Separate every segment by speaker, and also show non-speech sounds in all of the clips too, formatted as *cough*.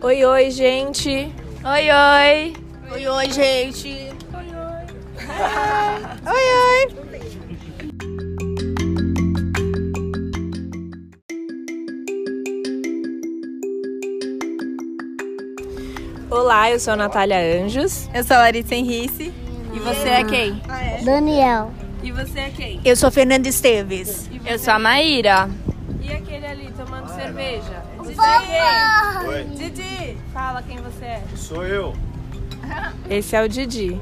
Speaker 1: Oi, oi, gente.
Speaker 2: Oi, oi.
Speaker 1: Oi, oi, gente. Olá, eu sou a Natália Anjos.
Speaker 2: Eu sou a Larissa Henrice. E você é quem?
Speaker 3: Daniel.
Speaker 2: E você é quem?
Speaker 3: Eu sou Fernanda Esteves.
Speaker 2: Eu sou a Maíra.
Speaker 1: E aquele ali tomando cerveja? Didi! é
Speaker 4: Oi,
Speaker 1: Didi! Fala quem você é.
Speaker 4: sou eu.
Speaker 1: Esse é o Didi.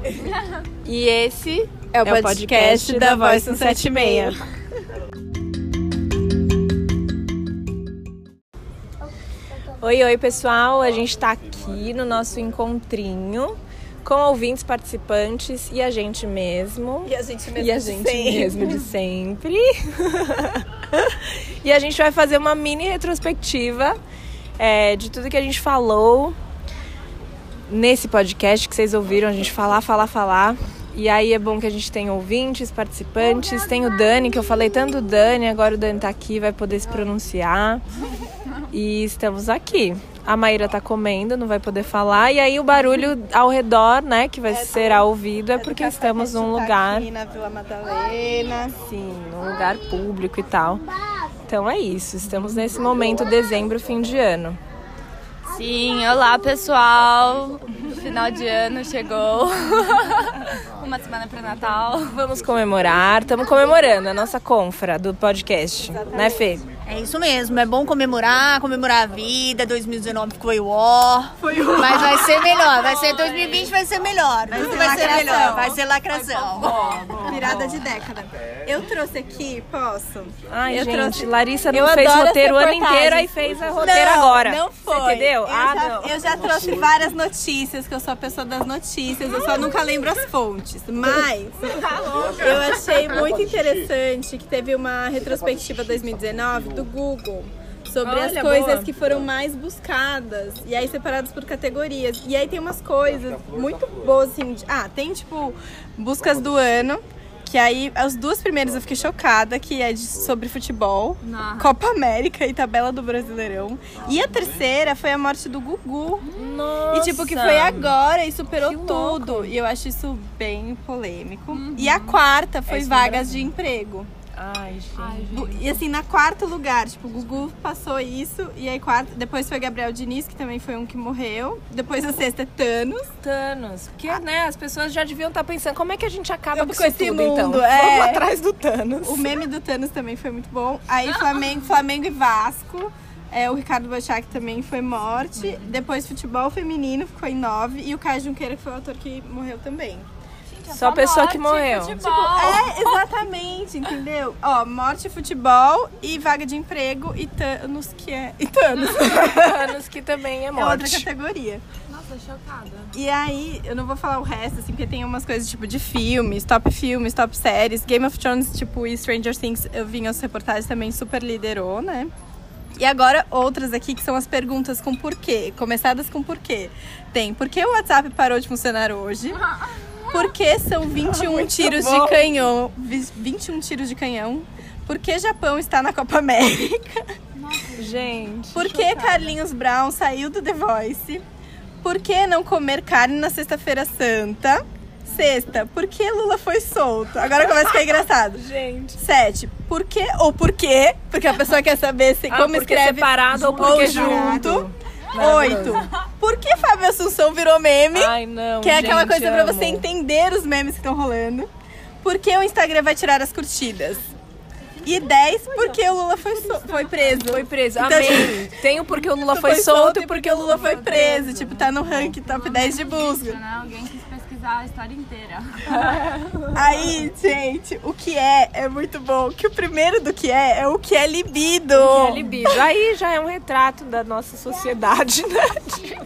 Speaker 1: E esse
Speaker 2: É o podcast da Voz 176.
Speaker 1: Oi, oi, pessoal. A gente tá aqui no nosso encontrinho com ouvintes participantes e a gente mesmo.
Speaker 2: E a gente mesmo.
Speaker 1: E a gente mesmo de sempre. *laughs* e a gente vai fazer uma mini retrospectiva é, de tudo que a gente falou nesse podcast que vocês ouviram a gente falar, falar, falar. E aí é bom que a gente tem ouvintes, participantes, tem o Dani, que eu falei tanto do Dani, agora o Dani tá aqui, vai poder se pronunciar. E estamos aqui. A Maíra tá comendo, não vai poder falar. E aí o barulho ao redor, né, que vai ser ouvido é porque estamos num lugar
Speaker 2: Aqui na Vila Madalena.
Speaker 1: Sim, num lugar público e tal. Então é isso, estamos nesse momento, dezembro, fim de ano.
Speaker 2: Sim, olá pessoal. Final de ano chegou. *laughs* Uma semana para Natal.
Speaker 1: Vamos comemorar, estamos comemorando a nossa confra do podcast, né, Fê?
Speaker 3: É isso mesmo, é bom comemorar, comemorar a vida. 2019 foi o ó. Foi o Mas vai ser melhor, vai ser 2020 vai ser melhor. Vai ser, vai ser melhor, vai ser lacração.
Speaker 5: Virada de década. Eu trouxe aqui, posso?
Speaker 1: Ai,
Speaker 5: Eu
Speaker 1: gente,
Speaker 5: trouxe-
Speaker 1: Larissa não
Speaker 2: Eu
Speaker 1: fez
Speaker 2: adoro
Speaker 1: roteiro o ano
Speaker 2: reportagens.
Speaker 1: inteiro, aí fez a roteiro agora.
Speaker 5: não foi.
Speaker 1: Você entendeu?
Speaker 5: Eu,
Speaker 1: ah,
Speaker 5: já,
Speaker 1: não.
Speaker 5: eu já trouxe várias notícias, que eu sou a pessoa das notícias, eu só nunca lembro as fontes. Mas
Speaker 1: *laughs* tá
Speaker 5: eu achei muito interessante que teve uma retrospectiva 2019 do Google. Sobre
Speaker 1: tá Olha,
Speaker 5: as coisas
Speaker 1: boa.
Speaker 5: que foram mais buscadas. E aí separadas por categorias. E aí tem umas coisas muito boas, assim. de- ah, tem tipo buscas do ano. Que aí, as duas primeiras eu fiquei chocada, que é de- sobre futebol, Copa América e tabela do Brasileirão. E a terceira foi a morte do Gugu.
Speaker 1: Nossa.
Speaker 5: E tipo, que foi agora e superou tudo. E eu acho isso bem polêmico. E a quarta foi
Speaker 1: Uhum. É isso no
Speaker 5: vagas de emprego.
Speaker 1: Ai, gente.
Speaker 5: Bu- E assim, na quarto lugar, tipo, o Gugu passou isso. E aí, quarto, depois foi Gabriel Diniz, que também foi um que morreu. Depois a sexta é Thanos.
Speaker 1: Thanos. Porque, né, as pessoas já deviam estar pensando, como é que a gente acaba
Speaker 5: Eu
Speaker 1: com
Speaker 5: com
Speaker 1: isso
Speaker 5: esse
Speaker 1: tudo, então?
Speaker 5: mundo, é.
Speaker 1: Vamos atrás do Thanos.
Speaker 5: O meme do Thanos também foi muito bom. Aí Flamengo, Flamengo e Vasco. É, o Ricardo Bochac também foi morte. Depois futebol feminino ficou em nove. E o Caio Junqueira, que foi o ator que morreu também.
Speaker 1: Só a pessoa que morreu.
Speaker 5: É, exatamente, entendeu? Ó, morte, futebol e vaga de emprego e Thanos, que é. E Thanos
Speaker 1: Thanos que também é
Speaker 5: é outra
Speaker 1: morte.
Speaker 5: categoria. Nossa, chocada. E aí, eu não vou falar o resto, assim, porque tem umas coisas tipo de filmes, top filmes, top séries. Game of Thrones, tipo, e Stranger Things, eu vi as reportagens também super liderou, né? E agora outras aqui que são as perguntas com porquê, começadas com porquê. Tem por que o WhatsApp parou de funcionar hoje? Por que *laughs* são 21 tiros de canhão? vi- 21 tiros de canhão? Por que Japão está na Copa América?
Speaker 1: Gente.
Speaker 5: Por que Carlinhos Brown saiu do The Voice? Por que não comer carne na Sexta-feira Santa? Sexta, por que Lula foi solto? Agora começa a ficar engraçado.
Speaker 1: *laughs* Gente.
Speaker 5: Sete, por que ou por quê? Porque a pessoa quer saber se,
Speaker 1: Ah,
Speaker 5: como
Speaker 1: porque
Speaker 5: escreve
Speaker 1: separado ou porque junto.
Speaker 5: Oito, por que Fábio Assunção virou meme?
Speaker 1: Ai, não.
Speaker 5: que é aquela
Speaker 1: gente,
Speaker 5: coisa pra
Speaker 1: amo.
Speaker 5: você entender os memes que estão rolando. Por que o Instagram vai tirar as curtidas? E dez, por que o Lula foi, sol- foi preso?
Speaker 1: Foi preso.
Speaker 5: Então,
Speaker 1: Amei. Tem o porque o Lula tipo, *laughs* foi solto e porque o Lula foi preso. Ah,
Speaker 5: Tipo, tá no ranking top 10 de busca.
Speaker 3: né?
Speaker 2: Alguém quis pesquisar a história inteira.
Speaker 5: Aí, gente, o que é é muito bom. Que o primeiro do que é é o que é libido.
Speaker 1: Que é libido. Aí já é um retrato da nossa sociedade, *laughs* né?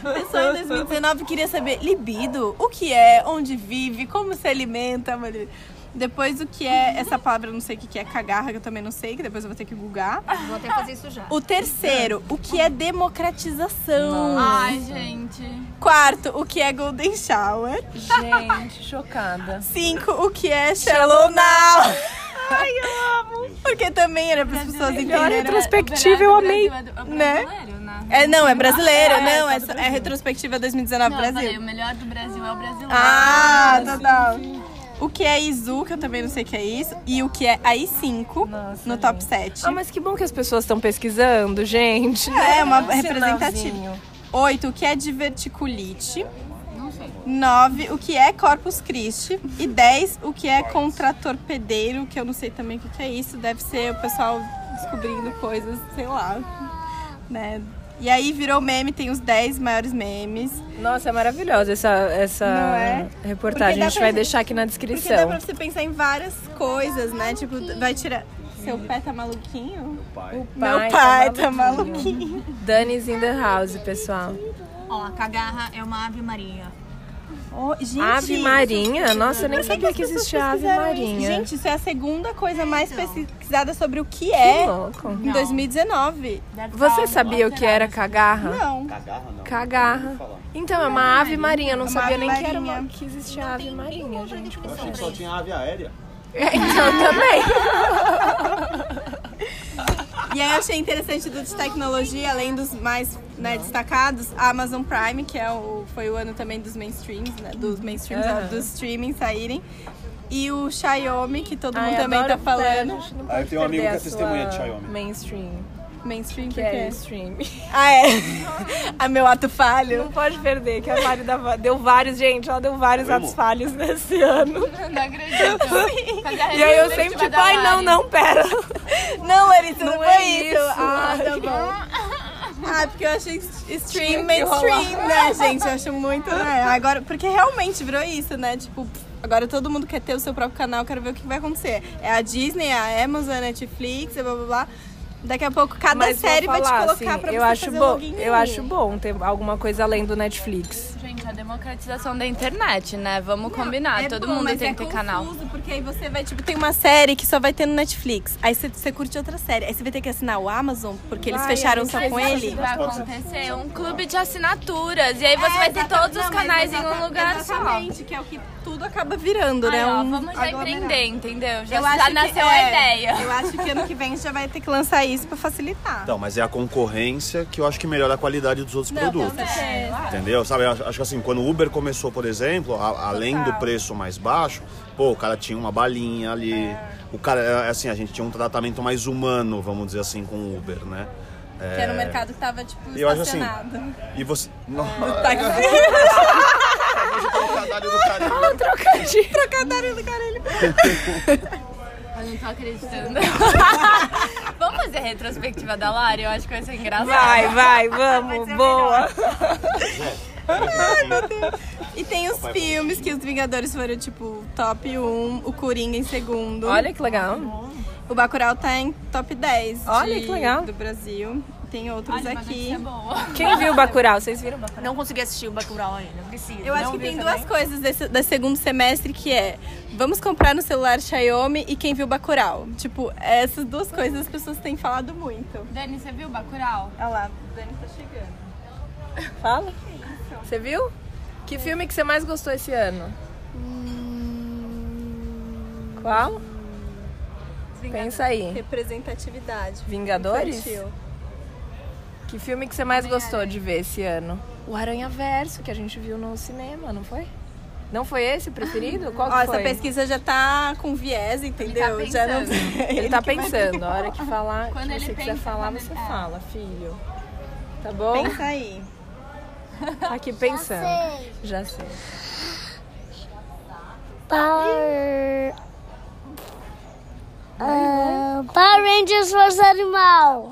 Speaker 5: O pessoal em 2019 queria saber libido, o que é, onde vive, como se alimenta, mano. Depois o que é essa palavra, eu não sei o que que é, cagarra, que eu também não sei, que depois eu vou ter que googar.
Speaker 3: Vou até fazer isso já.
Speaker 5: O terceiro, o que é democratização.
Speaker 2: Ai, gente.
Speaker 5: Quarto, o que é golden shower.
Speaker 1: Gente, chocada.
Speaker 5: Cinco, o que é Shallow Now. Ai, eu amo! Porque também era para as pessoas
Speaker 1: Melhor
Speaker 5: entenderem.
Speaker 1: retrospectiva, eu amei.
Speaker 2: É
Speaker 5: Né?
Speaker 2: brasileiro, né?
Speaker 5: É, não, é brasileiro, não, é, é retrospectiva 2019
Speaker 2: Não, eu
Speaker 5: Brasil.
Speaker 2: falei, o melhor do Brasil é o brasileiro.
Speaker 5: Ah, total. O que é Izu, que eu também não sei o que é isso, e o que é AI5
Speaker 2: né?
Speaker 5: no top 7.
Speaker 2: É
Speaker 1: Ah, mas que bom que as pessoas estão pesquisando, gente.
Speaker 5: É, uma
Speaker 1: Um
Speaker 5: representativa.
Speaker 1: sinalzinho.
Speaker 5: 8, o que é diverticulite.
Speaker 2: Não sei.
Speaker 5: 9, o que é Corpus Christi. E 10, o que é contratorpedeiro, que eu não sei também o que que é isso. Deve ser o pessoal descobrindo coisas, sei lá. Né? E aí virou meme, tem os 10 maiores memes.
Speaker 1: Nossa, é maravilhosa essa, essa
Speaker 5: Não é? Porque
Speaker 1: reportagem.
Speaker 5: dá
Speaker 1: A gente
Speaker 5: pra
Speaker 1: vai
Speaker 5: gente-
Speaker 1: deixar aqui na
Speaker 5: Porque dá
Speaker 1: descrição.
Speaker 5: pra você pensar em várias coisas, né? Tipo, vai tirar. Seu pé tá maluquinho?
Speaker 1: O
Speaker 5: Meu pai tá *laughs* maluquinho.
Speaker 1: Dani's in the house, pessoal.
Speaker 2: Ó, a cagarra é uma ave marinha.
Speaker 5: Oh, gente,
Speaker 1: Ave Marinha? Nossa, eu nem
Speaker 5: por que
Speaker 1: sabia
Speaker 5: as
Speaker 1: que
Speaker 5: pessoas
Speaker 1: existia Ave
Speaker 5: pesquisaram isso?
Speaker 1: Marinha.
Speaker 5: Gente, isso é a segunda coisa mais pesquisada sobre o Então. que
Speaker 1: que
Speaker 5: é
Speaker 1: louco.
Speaker 5: em 2019.
Speaker 2: Deve
Speaker 1: Você
Speaker 2: ser
Speaker 1: sabia o que era cagarra?
Speaker 5: Não.
Speaker 4: Cagarra não.
Speaker 1: Cagarra. Então, é uma ave marinha. Eu não
Speaker 5: Uma
Speaker 1: sabia
Speaker 5: ave
Speaker 1: nem que, era uma,
Speaker 5: marinha.
Speaker 1: que existia ave marinha, gente.
Speaker 4: Eu achei que só tinha ave aérea.
Speaker 1: Então, *laughs* também.
Speaker 5: E aí eu achei interessante do de tecnologia, além dos mais né, destacados, a Amazon Prime, que é o, foi o ano também dos mainstreams, né? Dos mainstreams,
Speaker 1: Aham.
Speaker 5: ó, dos streamings saírem. E o Xiaomi, que todo
Speaker 1: Ai,
Speaker 5: mundo também
Speaker 1: adoro o
Speaker 5: tá falando.
Speaker 1: Fred, a gente não
Speaker 4: Ah,
Speaker 1: pode
Speaker 4: eu tenho um amigo
Speaker 1: perder
Speaker 4: que é
Speaker 1: a
Speaker 4: testemunha de
Speaker 1: sua
Speaker 4: Xiaomi.
Speaker 1: Mainstream.
Speaker 5: Mainstream,
Speaker 1: Que é stream.
Speaker 5: Ah, é? *laughs* ah, meu ato falho.
Speaker 1: *laughs* Não pode perder, que a Mari dava- deu vários, gente. Ela deu vários
Speaker 4: Foi,
Speaker 1: atos
Speaker 4: amor?
Speaker 1: falhos nesse ano.
Speaker 2: Não acredito. Cagarra
Speaker 1: *laughs*
Speaker 2: é
Speaker 1: E aí eu
Speaker 2: divertida
Speaker 1: sempre tipo,
Speaker 2: da
Speaker 1: ai, não,
Speaker 2: Mari.
Speaker 1: não, pera.
Speaker 5: Não, Larissa, não,
Speaker 1: Não
Speaker 5: foi
Speaker 1: é
Speaker 5: isso.
Speaker 1: isso.
Speaker 5: Ah, tá bom. *laughs* Ah, porque eu achei stream
Speaker 1: Tinha que rolar.
Speaker 5: mainstream, né, gente? Eu acho muito, né? Agora, porque realmente virou isso, né? Tipo, pff, agora todo mundo quer ter o seu próprio canal, quero ver o que vai acontecer. É a Disney, a Amazon, é a Netflix, blá blá blá. Daqui a pouco cada
Speaker 1: Mas vou
Speaker 5: série vai te
Speaker 1: falar,
Speaker 5: colocar
Speaker 1: assim,
Speaker 5: pra você
Speaker 1: eu acho
Speaker 5: fazer
Speaker 1: bom,
Speaker 5: login.
Speaker 1: Eu acho bom ter alguma coisa além do
Speaker 5: *laughs*
Speaker 1: Netflix.
Speaker 2: Gente, a democratização da internet, né? Vamos combinar.
Speaker 5: É
Speaker 2: Todo
Speaker 5: bom,
Speaker 2: mundo
Speaker 5: mas
Speaker 2: tem
Speaker 5: é
Speaker 2: que ter canal.
Speaker 5: confuso, Porque aí você vai, tipo, tem uma série que só vai ter no Netflix. Aí você, você curte outra série. Aí você vai ter que assinar o Amazon, porque eles
Speaker 1: Vai,
Speaker 5: fecharam
Speaker 1: eu
Speaker 5: só
Speaker 1: não
Speaker 5: com
Speaker 1: sei
Speaker 2: Mas
Speaker 5: ele.
Speaker 2: isso que vai
Speaker 4: Pode ser.
Speaker 2: acontecer um clube de assinaturas. E aí você
Speaker 5: É,
Speaker 2: vai ter
Speaker 5: exata-
Speaker 2: todos os
Speaker 5: não, mas
Speaker 2: canais em um
Speaker 5: exata-
Speaker 2: lugar só.
Speaker 5: exatamente, que é o que tudo acaba virando,
Speaker 2: Aí,
Speaker 5: né?
Speaker 2: ó,
Speaker 5: Um
Speaker 2: vamos já
Speaker 5: aglomerado.
Speaker 2: empreender, entendeu? Já,
Speaker 5: Eu
Speaker 2: já
Speaker 5: acho que-
Speaker 2: nasceu a
Speaker 5: é,
Speaker 2: ideia. *laughs*
Speaker 5: Eu acho que ano que vem já vai ter que lançar isso pra facilitar.
Speaker 4: Então, mas é a concorrência que eu acho que melhora a qualidade dos outros produtos. Entendeu? Sabe, eu acho acho que assim, quando o Uber começou, por exemplo, a- além do preço mais baixo, pô, o cara tinha uma balinha ali. O cara, é, assim, a gente tinha um tratamento mais humano, vamos dizer assim, com o Uber, né?
Speaker 2: É.
Speaker 5: Que era um mercado que tava, tipo,
Speaker 4: E eu acho assim.
Speaker 5: estacionado.
Speaker 4: *laughs* E você.
Speaker 1: É.
Speaker 4: Não, *laughs*
Speaker 5: Tá
Speaker 4: trocadilho do caralho.
Speaker 5: *laughs*
Speaker 1: Trocadilho.
Speaker 5: Trocadilho do caralho.
Speaker 2: Eu não tô acreditando. Vamos fazer a retrospectiva da Lari? Eu acho que vai ser engraçado.
Speaker 1: Vai,
Speaker 5: Ah,
Speaker 1: vai, vamos,
Speaker 5: é
Speaker 1: boa.
Speaker 5: E tem os filmes que os Vingadores foram, tipo, top 1, o Coringa em segundo.
Speaker 1: Olha que legal.
Speaker 5: O Bacurau tá em top 10
Speaker 1: Olha,
Speaker 5: de-
Speaker 1: que legal.
Speaker 5: do Brasil. Tem outros
Speaker 2: Olha, mas é deve
Speaker 5: aqui.
Speaker 2: ser boa.
Speaker 1: Quem viu o Bacurau? Vocês viram o Bacurau?
Speaker 3: Não consegui assistir o Bacurau ainda, preciso.
Speaker 5: Eu acho que
Speaker 3: vi
Speaker 5: tem
Speaker 3: também.
Speaker 5: duas coisas desse, desse segundo semestre que é vamos comprar no celular Xiaomi e quem viu Bacurau. Tipo, essas duas coisas as pessoas têm falado muito.
Speaker 2: Dani, você viu o Bacurau?
Speaker 5: Olha lá, o Dani tá chegando.
Speaker 1: Fala. Você viu? Que filme que você mais gostou esse ano? Qual? Pensa aí.
Speaker 5: Representatividade.
Speaker 1: Vingadores?
Speaker 5: Infantil.
Speaker 1: Que filme que você mais gostou de ver esse ano? O Aranha Verso, que a gente viu no cinema, não foi? Não foi esse o preferido? Qual
Speaker 5: Ó,
Speaker 1: que
Speaker 5: essa
Speaker 1: foi?
Speaker 5: pesquisa já tá com viés, entendeu?
Speaker 2: Ele tá
Speaker 5: já não
Speaker 2: pensando.
Speaker 5: *laughs*
Speaker 1: Ele tá pensando. A hora que falar,
Speaker 2: Quando
Speaker 1: que
Speaker 2: ele
Speaker 1: você quiser
Speaker 2: pensa,
Speaker 1: falar,
Speaker 2: quando
Speaker 1: você
Speaker 2: ele- é.
Speaker 1: fala, filho. Tá bom?
Speaker 5: Pensa
Speaker 2: *laughs*
Speaker 5: aí.
Speaker 1: Tá aqui pensando. Já sei.
Speaker 6: Power. Ah, Power Rangers Força Animal.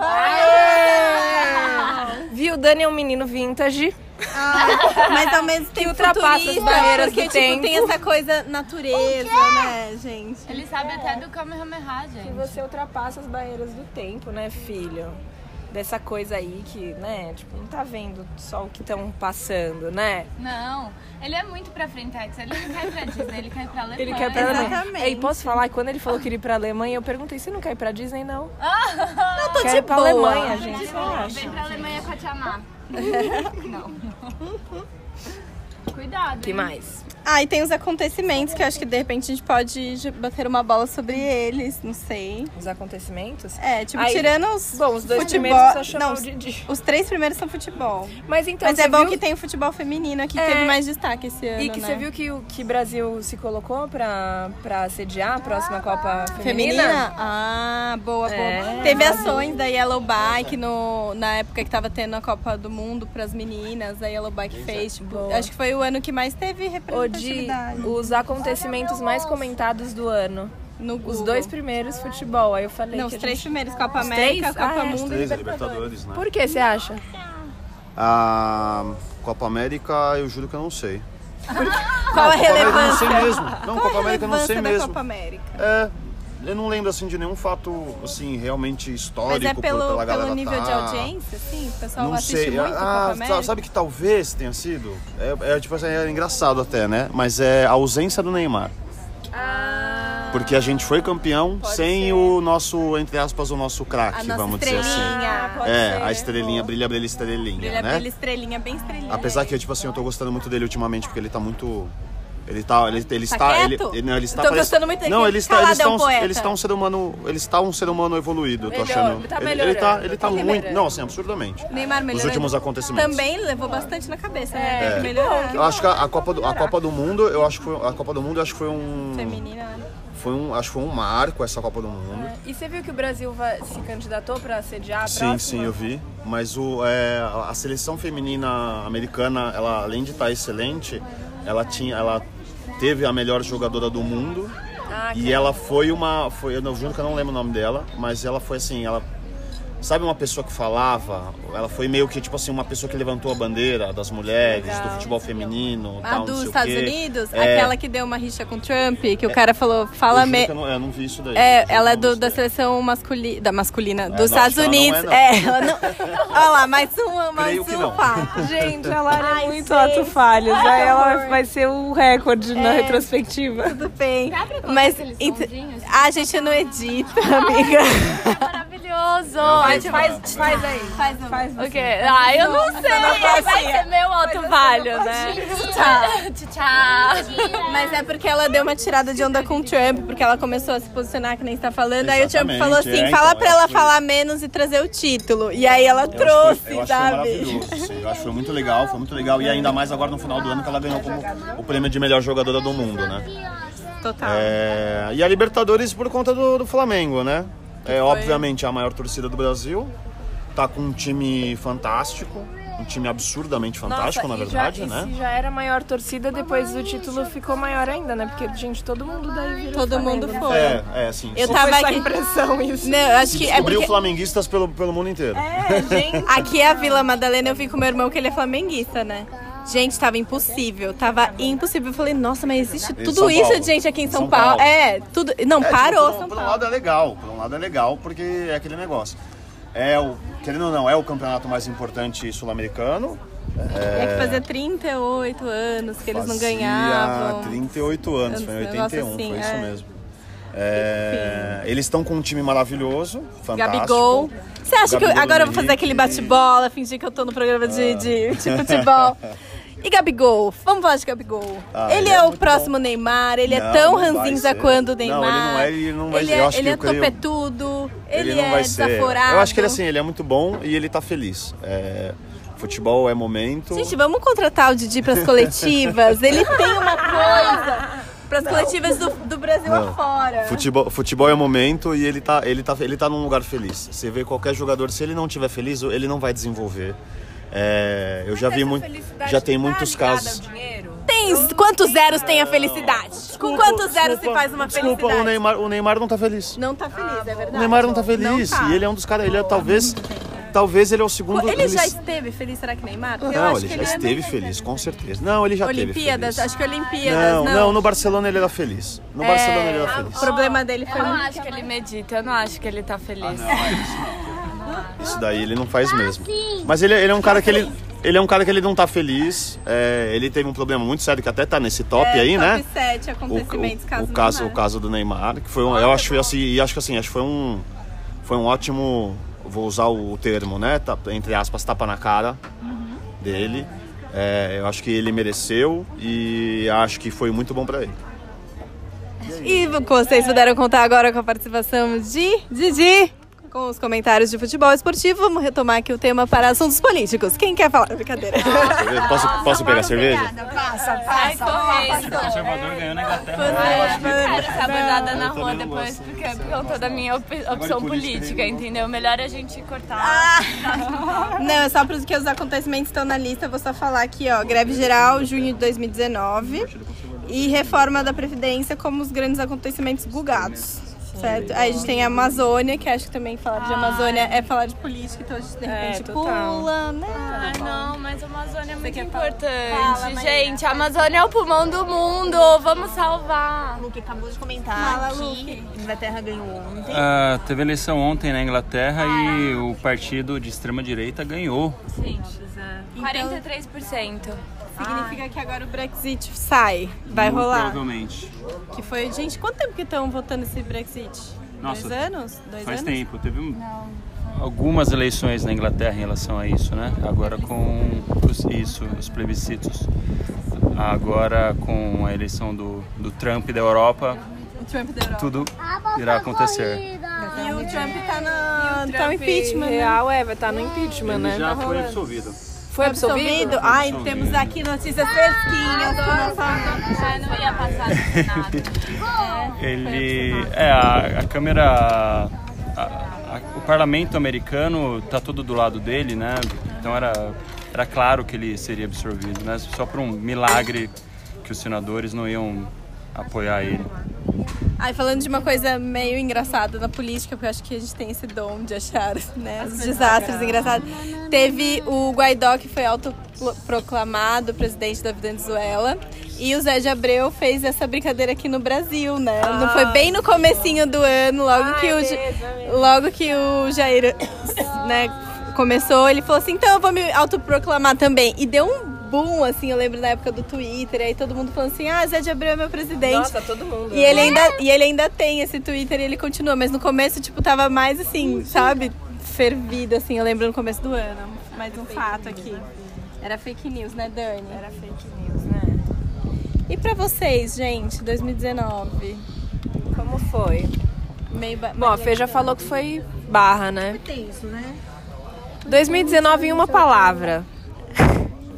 Speaker 1: Viu, o Dani é um menino vintage.
Speaker 5: Mas ao mesmo tempo
Speaker 1: ultrapassa as
Speaker 5: futurista,
Speaker 1: barreiras
Speaker 5: porque,
Speaker 1: do
Speaker 5: tipo,
Speaker 1: tempo.
Speaker 5: tem essa coisa natureza, né, gente?
Speaker 2: Ele sabe até do Kamehameha, gente.
Speaker 1: E você ultrapassa as barreiras do tempo, né, filho? Dessa coisa aí que, né, tipo, não tá vendo só o que estão passando, né?
Speaker 2: Não, ele é muito pra Frentex. Ele não quer ir pra Disney, ele quer ir pra Alemanha.
Speaker 1: Ele quer ir pra Alemanha.
Speaker 5: Exatamente.
Speaker 1: Ei, posso falar? Quando ele falou que ele ir pra Alemanha, eu perguntei, você não quer ir pra Disney, *laughs* não?
Speaker 5: Eu tô
Speaker 1: Quero
Speaker 5: de
Speaker 1: ir pra
Speaker 5: boa.
Speaker 1: Alemanha,
Speaker 2: Vem
Speaker 1: gente. Você
Speaker 5: *laughs*
Speaker 2: pra Alemanha,
Speaker 1: acha?
Speaker 2: Vem pra Alemanha com a Tia Má. Não. Cuidado.
Speaker 1: que
Speaker 2: hein?
Speaker 1: mais?
Speaker 5: Ah, e tem os acontecimentos que eu acho que de repente a gente pode j- bater uma bola sobre eles, não sei.
Speaker 1: Os acontecimentos?
Speaker 5: É, tipo,
Speaker 1: Aí-
Speaker 5: tirando os.
Speaker 1: Bom, os dois
Speaker 5: futebol...
Speaker 1: primeiros só chamam
Speaker 5: Não,
Speaker 1: de, de...
Speaker 5: os três primeiros são futebol.
Speaker 1: Mas então,
Speaker 5: Mas é
Speaker 1: você
Speaker 5: bom
Speaker 1: viu- tá
Speaker 5: que tem o futebol feminino aqui, que
Speaker 1: É.
Speaker 5: teve mais destaque esse ano.
Speaker 1: E que
Speaker 5: né?
Speaker 1: você viu que o que Brasil se colocou pra, pra sediar a próxima Copa Feminina?
Speaker 5: Feminina? Ah, boa, boa.
Speaker 1: É.
Speaker 5: Teve ações da Yellow Bike no, na época que tava tendo a Copa do Mundo pras meninas, a Yellow Bike fez. tipo,
Speaker 1: Boa.
Speaker 5: acho que foi o ano que mais teve
Speaker 1: Ou de
Speaker 5: representatividade.
Speaker 1: os acontecimentos mais comentados do ano.
Speaker 5: No
Speaker 1: Os
Speaker 5: Google.
Speaker 1: dois primeiros, futebol. Aí eu falei
Speaker 5: Não, os
Speaker 1: que a
Speaker 5: três
Speaker 1: gente-
Speaker 5: primeiros, Copa
Speaker 1: Os
Speaker 5: América,
Speaker 1: três?
Speaker 5: Copa
Speaker 1: Ah, é.
Speaker 5: Mundo e
Speaker 4: Três é
Speaker 5: Libertadores.
Speaker 4: Libertadores, né?
Speaker 1: Por que você acha?
Speaker 4: A Copa América, eu juro que eu não
Speaker 5: *laughs*
Speaker 4: sei.
Speaker 5: Qual a
Speaker 4: Copa América eu não
Speaker 5: relevância?
Speaker 4: sei mesmo. Não,
Speaker 5: Qual
Speaker 4: Copa
Speaker 5: a
Speaker 4: América eu não
Speaker 5: relevância
Speaker 4: sei
Speaker 5: da
Speaker 4: mesmo.
Speaker 5: Copa América?
Speaker 4: É, eu não lembro assim de nenhum fato assim realmente
Speaker 5: Mas
Speaker 4: histórico
Speaker 5: é
Speaker 4: por-
Speaker 5: pelo,
Speaker 4: pela galera
Speaker 5: pelo nível de
Speaker 4: tá-
Speaker 5: audiência, assim? O pessoal
Speaker 4: Não
Speaker 5: assiste
Speaker 4: sei.
Speaker 5: muito a Copa
Speaker 4: Ah,
Speaker 5: América?
Speaker 4: sa- sabe que talvez tenha sido? É, é, tipo assim, é engraçado até, né? Mas é a ausência do Neymar.
Speaker 5: Ah.
Speaker 4: Porque a gente foi campeão sem o nosso, entre aspas, o nosso
Speaker 5: a
Speaker 4: craque,
Speaker 5: nossa
Speaker 4: vamos dizer
Speaker 5: estrelinha.
Speaker 4: assim. É, a estrelinha, brilha, brilha, estrelinha,
Speaker 5: Brilha,
Speaker 4: né?
Speaker 5: brilha, estrelinha, bem estrelinha.
Speaker 4: Apesar que, tipo assim, eu tô gostando muito dele ultimamente, porque ele tá muito. Ele tá. Ele, ele
Speaker 5: Tá
Speaker 4: está. Ele,
Speaker 5: quieto?
Speaker 4: ele, não, ele está
Speaker 5: Tô
Speaker 4: parece-
Speaker 5: gostando muito dele,
Speaker 4: Não,
Speaker 5: que
Speaker 4: ele está.
Speaker 5: calado
Speaker 4: Ele está,
Speaker 5: é um
Speaker 4: um,
Speaker 5: poeta.
Speaker 4: ele está um ser humano. Ele está um ser humano evoluído, eu tô
Speaker 1: Melhorou,
Speaker 4: achando.
Speaker 1: ele tá
Speaker 4: ele, ele
Speaker 1: melhorando,
Speaker 4: tá. Ele
Speaker 1: tá
Speaker 4: tá muito.
Speaker 1: melhorando.
Speaker 4: Não, assim, absurdamente.
Speaker 5: Neymar melhorou.
Speaker 4: Os últimos acontecimentos.
Speaker 5: Também levou bastante na cabeça,
Speaker 1: É,
Speaker 5: né?
Speaker 1: que
Speaker 5: Que melhorou.
Speaker 4: Eu acho que a a Copa do, a Copa do Mundo, eu acho que foi, a Copa do Mundo eu acho que foi um
Speaker 5: Feminina.
Speaker 4: foi um, acho que foi um marco essa Copa do Mundo.
Speaker 1: E você viu que o Brasil vai- se candidatou pra sediar a
Speaker 4: Sim,
Speaker 1: próxima?
Speaker 4: sim, eu vi. Mas o, é, a- a seleção feminina americana, ela além de estar excelente, ela tinha, ela teve a melhor jogadora do mundo.
Speaker 1: Ah,
Speaker 4: e ela foi uma, foi, eu não- juro que eu não lembro o nome dela, mas ela foi assim, ela sabe uma pessoa que falava, ela foi meio que tipo assim uma pessoa que levantou a bandeira das mulheres, do futebol feminino,
Speaker 5: é A
Speaker 4: tal, Tá, não
Speaker 5: dos
Speaker 4: sei o
Speaker 5: Estados
Speaker 4: quê.
Speaker 5: Unidos,
Speaker 4: É.
Speaker 5: aquela que deu uma rixa com o Trump, que o cara falou, fala
Speaker 4: Eu juro
Speaker 5: me...
Speaker 4: que eu não, eu não vi isso daí. Eu
Speaker 5: É,
Speaker 4: juro
Speaker 5: ela é
Speaker 4: que eu
Speaker 5: do,
Speaker 4: não vi
Speaker 5: da
Speaker 4: isso daí.
Speaker 5: seleção masculina, da masculina,
Speaker 4: É, não,
Speaker 5: dos Estados
Speaker 4: acho que
Speaker 5: Unidos.
Speaker 4: ela não
Speaker 5: É,
Speaker 4: é,
Speaker 5: ela não. *laughs* Olha lá, mais um, mais
Speaker 4: Creio que
Speaker 5: um
Speaker 4: não.
Speaker 5: fato.
Speaker 1: Gente, a Lara é muito ato falhas. Aí ela vai ser o recorde na retrospectiva.
Speaker 5: É, Tudo bem.
Speaker 2: Dá pra colocar
Speaker 5: Mas
Speaker 2: aqueles
Speaker 5: ent- Ah,
Speaker 2: sondinhos?
Speaker 5: a gente não edita, *laughs* amiga.
Speaker 2: Maravilhoso.
Speaker 4: Não,
Speaker 1: Faz, faz aí. Faz, faz.
Speaker 2: O quê? Ah, eu não sei. Vai ser meu alto valho, né? Tchau. Tchau.
Speaker 5: Mas é porque ela deu uma tirada de onda com o Trump, porque ela começou a se posicionar, que nem você tá falando. Aí o Trump
Speaker 4: Exatamente,
Speaker 5: falou assim:
Speaker 4: é,
Speaker 5: fala
Speaker 4: então,
Speaker 5: pra
Speaker 4: eu
Speaker 5: ela
Speaker 4: acho que-
Speaker 5: falar menos e trazer o título. E aí ela
Speaker 4: Eu acho
Speaker 5: trouxe,
Speaker 4: que- eu acho que foi
Speaker 5: sabe?
Speaker 4: maravilhoso, assim. Eu acho que foi muito legal, foi muito legal. E ainda mais agora no final do ano que ela ganhou como o prêmio de melhor jogadora do mundo, né?
Speaker 5: Total.
Speaker 4: É, e a Libertadores por conta do, do Flamengo, né? É obviamente a maior torcida do Brasil. Tá com um time fantástico, um time absurdamente fantástico, na
Speaker 1: e
Speaker 4: verdade,
Speaker 1: já, e
Speaker 4: né?
Speaker 1: se já era a maior torcida, depois o título ficou maior ainda, né? Porque, gente, todo mundo daí virou
Speaker 5: Todo
Speaker 1: Flamengo,
Speaker 5: mundo
Speaker 1: né?
Speaker 5: foi.
Speaker 4: É, é assim.
Speaker 5: Eu
Speaker 4: se-
Speaker 5: tava
Speaker 1: Foi só
Speaker 5: aqui. *laughs*
Speaker 1: impressão isso.
Speaker 5: Não, eu acho
Speaker 4: se
Speaker 5: que é
Speaker 4: descobriu
Speaker 5: porque
Speaker 4: flamenguistas pelo, pelo mundo inteiro.
Speaker 1: É, gente.
Speaker 5: aqui é a Vila Madalena, eu vim com meu irmão que ele é flamenguista, né? Gente, tava impossível, tava impossível. Eu falei, nossa, mas existe tudo
Speaker 4: São
Speaker 5: isso,
Speaker 4: Paulo.
Speaker 5: gente, aqui em São,
Speaker 4: São
Speaker 5: Paulo.
Speaker 4: Paulo.
Speaker 5: É, tudo. Não,
Speaker 4: É, tipo, por,
Speaker 5: parou,
Speaker 4: um-
Speaker 5: São
Speaker 4: por um
Speaker 5: Paulo.
Speaker 4: lado é legal, por um lado é legal, porque é aquele negócio. É o, querendo ou não, é o campeonato mais importante sul-americano.
Speaker 5: É que fazia 38 anos que eles não
Speaker 4: Fazia
Speaker 5: ganhavam.
Speaker 4: 38 anos, foi em
Speaker 5: Um negócio
Speaker 4: 81,
Speaker 5: assim,
Speaker 4: foi isso
Speaker 5: é.
Speaker 4: mesmo. É, eles estão com um time maravilhoso, fantástico.
Speaker 5: Gabigol. Você acha que eu-
Speaker 4: Gabigol, Ah.
Speaker 5: agora eu vou fazer
Speaker 4: Henrique.
Speaker 5: aquele bate-bola, fingir que eu tô no programa de, de, de futebol? E Gabigol, vamos falar de Gabigol.
Speaker 4: Ah,
Speaker 5: ele,
Speaker 4: ele
Speaker 5: é,
Speaker 4: é
Speaker 5: o
Speaker 4: muito
Speaker 5: próximo Neymar, ele é
Speaker 4: Não,
Speaker 5: tão
Speaker 4: não vai
Speaker 5: ranzinza
Speaker 4: ser.
Speaker 5: quanto o
Speaker 4: Não, ele
Speaker 5: Neymar.
Speaker 4: não é, ele não vai
Speaker 5: ele
Speaker 4: ser.
Speaker 5: é,
Speaker 4: Eu acho
Speaker 5: ele
Speaker 4: que
Speaker 5: é
Speaker 4: eu creio-
Speaker 5: topetudo, ele,
Speaker 4: não
Speaker 5: é
Speaker 4: vai ser.
Speaker 5: desaforado.
Speaker 4: Eu acho que ele assim, ele é muito bom e ele tá feliz. É, futebol é momento.
Speaker 5: Gente, vamos contratar o Didi pras coletivas. ele tem uma coisa pras coletivas do, do Brasil
Speaker 4: Não.
Speaker 5: afora.
Speaker 4: Futebol, futebol é momento e ele tá, ele, tá, ele tá num lugar feliz. Você vê qualquer jogador, se ele não tiver feliz, ele não vai desenvolver. É, eu já vi muito. Já
Speaker 5: tá
Speaker 4: tem muitos casos.
Speaker 5: Tem quantos zeros tem a felicidade? Com quantos zeros se faz uma
Speaker 4: Desculpa,
Speaker 5: felicidade?
Speaker 4: o Neymar, o Neymar não tá feliz.
Speaker 5: Não tá feliz, é verdade.
Speaker 4: O Neymar não tá feliz.
Speaker 5: Não tá.
Speaker 4: E ele é um dos caras. Ele é talvez. Talvez ele é o segundo.
Speaker 5: Ele já esteve feliz, será que Neymar? Eu
Speaker 4: Não,
Speaker 5: acho
Speaker 4: ele
Speaker 5: que
Speaker 4: já
Speaker 5: é
Speaker 4: esteve feliz, com certeza. Não, ele já teve
Speaker 5: Olimpíadas,
Speaker 4: feliz.
Speaker 5: acho que Olimpíadas,
Speaker 4: Não,
Speaker 5: não. É,
Speaker 4: não, no Barcelona ele era feliz. No Barcelona ele era feliz.
Speaker 5: O problema dele foi
Speaker 2: Eu não
Speaker 5: muito.
Speaker 2: acho que ele medita, eu não acho que ele tá
Speaker 4: Ah,
Speaker 2: feliz.
Speaker 4: Isso daí ele não faz mesmo. Mas ele, ele é um cara que ele. Ele é um cara que ele não tá feliz. é, ele teve um problema muito sério que até tá nesse top
Speaker 5: É,
Speaker 4: aí,
Speaker 5: top
Speaker 4: né?
Speaker 5: sete
Speaker 4: O,
Speaker 5: acontecimentos,
Speaker 4: o,
Speaker 5: caso
Speaker 4: o caso, o
Speaker 5: Neymar.
Speaker 4: caso do Neymar, que foi um, eu acho assim, e acho que assim, acho que foi um foi um Uhum. ótimo, vou usar o termo, né, tá- entre aspas, tapa na cara dele. É, eu acho que ele mereceu e acho que foi muito bom pra ele.
Speaker 5: E vocês puderam contar agora com a participação de Didi. Com os comentários de futebol esportivo, vamos retomar aqui o tema para assuntos políticos. Quem quer falar?
Speaker 3: *laughs*
Speaker 5: Brincadeira.
Speaker 4: Cerveja? Posso, posso pegar né? cerveja?
Speaker 3: Passa, passa.
Speaker 7: Conservador ganhou na Inglaterra.
Speaker 2: é, Cara, essa abordada na rua
Speaker 7: também não
Speaker 2: depois,
Speaker 7: gosto.
Speaker 2: porque perguntou da minha opi- opção
Speaker 7: política,
Speaker 2: política,
Speaker 7: hein?
Speaker 2: entendeu? Melhor a gente cortar.
Speaker 5: Não, é só porque os acontecimentos estão na lista. Vou só falar aqui, ó. Greve geral, junho de 2019. E reforma da Previdência como os grandes acontecimentos bugados. Certo? Aí a gente tem a Amazônia, que acho que também falar
Speaker 3: Ah,
Speaker 5: de Amazônia é falar de política, então a gente de
Speaker 3: É,
Speaker 5: repente
Speaker 1: total.
Speaker 5: pula, né?
Speaker 2: Ah, não, mas a Amazônia é muito
Speaker 5: quer falar?
Speaker 2: importante.
Speaker 5: Fala, Maíra.
Speaker 2: gente, a Amazônia é o pulmão do mundo. Vamos salvar.
Speaker 3: Luke acabou de comentar que Inglaterra ganhou ontem.
Speaker 7: Ah, teve eleição ontem na Inglaterra
Speaker 5: Ah, é?
Speaker 7: e o partido de extrema direita ganhou.
Speaker 2: Gente, 43%.
Speaker 5: Significa que agora o Brexit sai. Vai
Speaker 7: Muito
Speaker 5: rolar.
Speaker 7: Provavelmente.
Speaker 5: Que foi, gente, quanto tempo que estão votando esse Brexit?
Speaker 7: Nossa,
Speaker 5: Dois anos? Dois
Speaker 7: Faz
Speaker 5: anos?
Speaker 7: tempo. Teve um- algumas eleições na Inglaterra em relação a isso, né? Agora com os, isso, os plebiscitos. Agora com a eleição do, do Trump da Europa,
Speaker 5: O Trump deu.
Speaker 7: tudo irá acontecer.
Speaker 6: Corrida.
Speaker 5: E o Trump tá na. tá
Speaker 1: impeachment
Speaker 5: no impeachment. né?
Speaker 1: real, é, vai estar no impeachment, né?
Speaker 5: Tá
Speaker 7: já foi absolvido.
Speaker 1: Foi absolvido?
Speaker 5: Ai, temos aqui notícias fresquinhas. com nossa-
Speaker 2: Já não ia passar do Senado.
Speaker 7: Ele. É, a, a Câmara. a- a- o parlamento americano tá todo do lado dele, né? Então era, era claro que ele seria absorvido, né? Só por um milagre que os senadores não iam apoiar ele.
Speaker 5: Ai, falando de uma coisa meio engraçada na política, porque eu acho que a gente tem esse dom de achar né, os desastres engraçados. Teve o Guaidó, que foi autoproclamado presidente da Venezuela. E o Zé de Abreu fez essa brincadeira aqui no Brasil, né? Não foi bem no comecinho do ano, logo que o, Ja- logo que o Jair né, começou, ele falou assim, então eu vou me autoproclamar também. E deu um boom, assim, eu lembro na época do Twitter, aí todo mundo falando assim, ah, Zé de Abreu é meu presidente.
Speaker 1: Nossa, todo mundo.
Speaker 5: E ele, ainda, e ele ainda tem esse Twitter e ele continua, mas no começo, tipo, tava mais assim, sabe? Fervido, assim, eu lembro no começo do ano. Mais um fato aqui. Era fake news, né, Dani? Era fake news, né? E pra vocês, gente, 2019?
Speaker 1: Como foi?
Speaker 5: Meio ba-
Speaker 1: Bom, a Fê já falou que foi barra, né?
Speaker 3: Tenso, né?
Speaker 1: 2019 em uma palavra.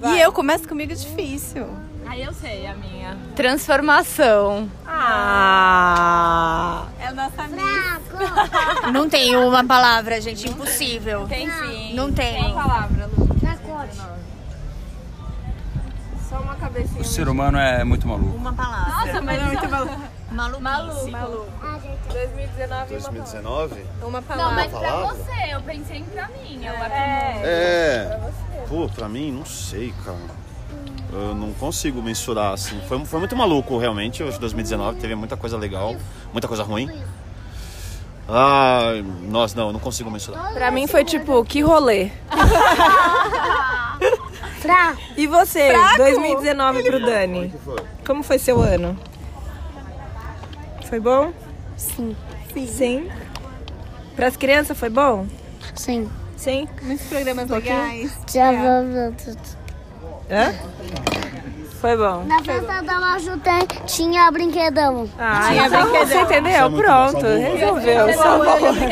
Speaker 5: E eu começo comigo *laughs* difícil.
Speaker 2: Aí eu sei a minha. Transformação.
Speaker 1: Ah!
Speaker 5: É a nossa amiga.
Speaker 3: Não tem uma palavra, gente. Impossível.
Speaker 2: Tem sim.
Speaker 3: Não tem.
Speaker 2: palavra, Lu.
Speaker 6: Fracote.
Speaker 1: Só uma cabecinha.
Speaker 7: O ser humano é muito maluco.
Speaker 3: Uma palavra.
Speaker 2: Nossa, mas isso- Malu.
Speaker 3: Maluco.
Speaker 2: Malu.
Speaker 1: 2019
Speaker 4: 2019?
Speaker 1: uma palavra.
Speaker 2: Não, mas pra
Speaker 4: palavra?
Speaker 2: você, eu pensei em pra mim. Eu é.
Speaker 4: É. Pô, pra mim, não sei, cara. Eu não consigo mensurar, assim. Foi, foi muito maluco, realmente. Eu acho que 2019 teve muita coisa legal, muita coisa ruim. Ai, nossa, não, eu não consigo
Speaker 2: Ah.
Speaker 4: mensurar.
Speaker 1: Pra mim foi tipo, que rolê.
Speaker 6: Fraco.
Speaker 1: E você, 2019 pro Dani? Como foi seu ano? Foi bom?
Speaker 6: Sim.
Speaker 1: Sim. Pras crianças foi bom?
Speaker 6: Sim. É.
Speaker 1: Sim.
Speaker 5: Muitos programas legais.
Speaker 6: Já vamos.
Speaker 1: Hã? Foi bom.
Speaker 6: Na festa da Maju tem, tinha brinquedão.
Speaker 1: Ah, tinha brincadeira. Você entendeu?
Speaker 4: muito bom,
Speaker 1: Pronto,
Speaker 4: salvou.
Speaker 1: resolveu. Salvou.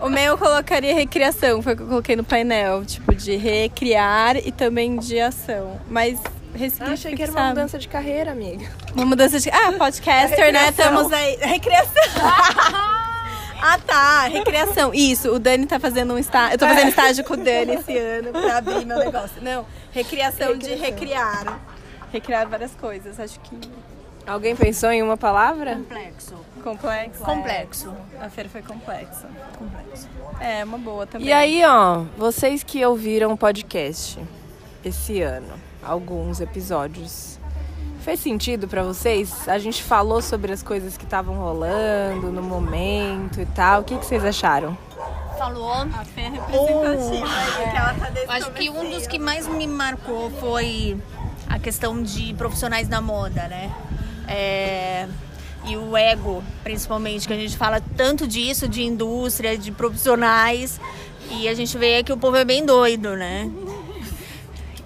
Speaker 5: O meu eu colocaria recriação, foi o que eu coloquei no painel. Tipo, de recriar e também de ação. Mas ressignifica,
Speaker 1: Achei que era uma
Speaker 5: sabe?
Speaker 1: mudança de carreira, amiga.
Speaker 5: Uma mudança de... Ah, podcaster, né? Estamos aí...
Speaker 1: É
Speaker 5: Recriação! Ah tá, recriação. Isso, o Dani tá fazendo um estágio. Eu tô fazendo estágio com o Dani esse ano pra abrir meu negócio. Não, recriação, de recriar. Recriar várias coisas, acho que
Speaker 1: Alguém pensou em uma palavra?
Speaker 3: Complexo.
Speaker 5: complexo. É.
Speaker 3: Complexo.
Speaker 5: A feira foi complexa. Complexo. É, uma boa também.
Speaker 1: E aí, ó, vocês que ouviram o podcast esse ano, alguns episódios, fez sentido pra vocês? A gente falou sobre as coisas que estavam rolando no momento e tal. O que, que vocês acharam?
Speaker 3: Falou.
Speaker 5: A Fê é representativa, aí, que ela tá desse
Speaker 3: É. Acho que um dos que mais me marcou foi a questão de profissionais da moda, né? É, E o ego, principalmente, que a gente fala tanto disso, de indústria, de profissionais. E a gente vê que o povo é bem doido, né?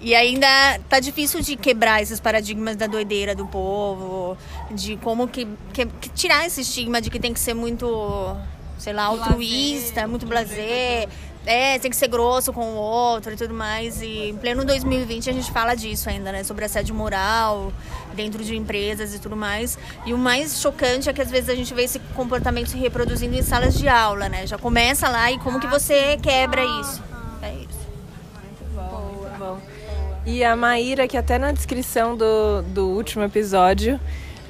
Speaker 3: E ainda tá difícil de quebrar esses paradigmas da doideira do povo, de como que, que- que tirar esse estigma de que tem que ser muito, sei lá, altruísta, muito blazer. É, tem que ser grosso com o outro e tudo mais. E em pleno 2020 a gente fala disso ainda, né? Sobre assédio moral dentro de empresas e tudo mais. E o mais chocante é que às vezes a gente vê esse comportamento se reproduzindo em salas de aula, né? Já começa lá e como que você quebra isso? É isso.
Speaker 1: E a Maíra, que até na descrição do, do último episódio,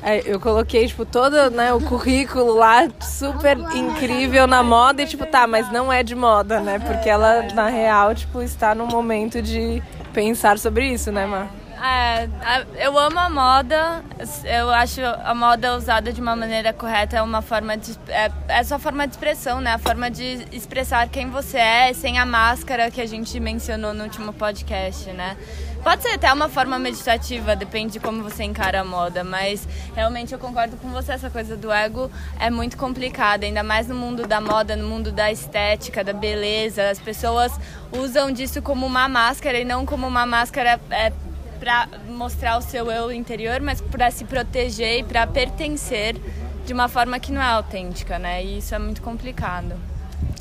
Speaker 1: é, eu coloquei, tipo, todo né, o currículo lá, super incrível na moda, e tipo, tá, mas não é de moda, né? Porque ela, na real, tipo, está num momento de pensar sobre isso, né, Mar?
Speaker 2: É, a- eu amo a moda. Eu acho a moda usada de uma maneira correta é uma forma de é, é só forma de expressão, né? A forma de expressar quem você é sem a máscara que a gente mencionou no último podcast, né? Pode ser até uma forma meditativa, depende de como você encara a moda, mas realmente eu concordo com você, essa coisa do ego é muito complicada, ainda mais no mundo da moda, no mundo da estética, da beleza. As pessoas usam disso como uma máscara e não como uma máscara é, para mostrar o seu eu interior, mas para se proteger e para pertencer de uma forma que não é autêntica, né? E isso é muito complicado.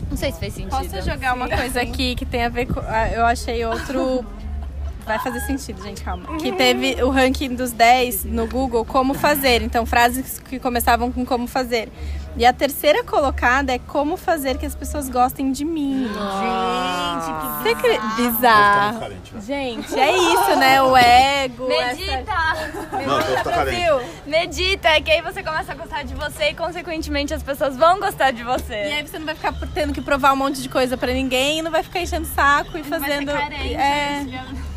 Speaker 2: Não sei se fez sentido.
Speaker 5: Posso jogar uma coisa aqui que tem a ver com. ah, Eu achei outro. Vai fazer sentido, gente, calma. Que teve o ranking dos 10 no Google, como fazer. Então, frases que começavam com como fazer. E a terceira colocada é como fazer que as pessoas gostem de mim.
Speaker 4: Tá
Speaker 5: Gente, que bizarro. bizarro.
Speaker 4: carente, velho.
Speaker 5: Gente, é isso, né? O ego. essa-
Speaker 2: Medita!
Speaker 4: Não, o povo tá carente.
Speaker 2: Medita, que aí você começa a gostar de você e, consequentemente, as pessoas vão gostar de você.
Speaker 5: E aí você não vai ficar tendo que provar um monte de coisa pra ninguém, e não vai ficar enchendo saco e fazendo.
Speaker 2: carente,
Speaker 5: é.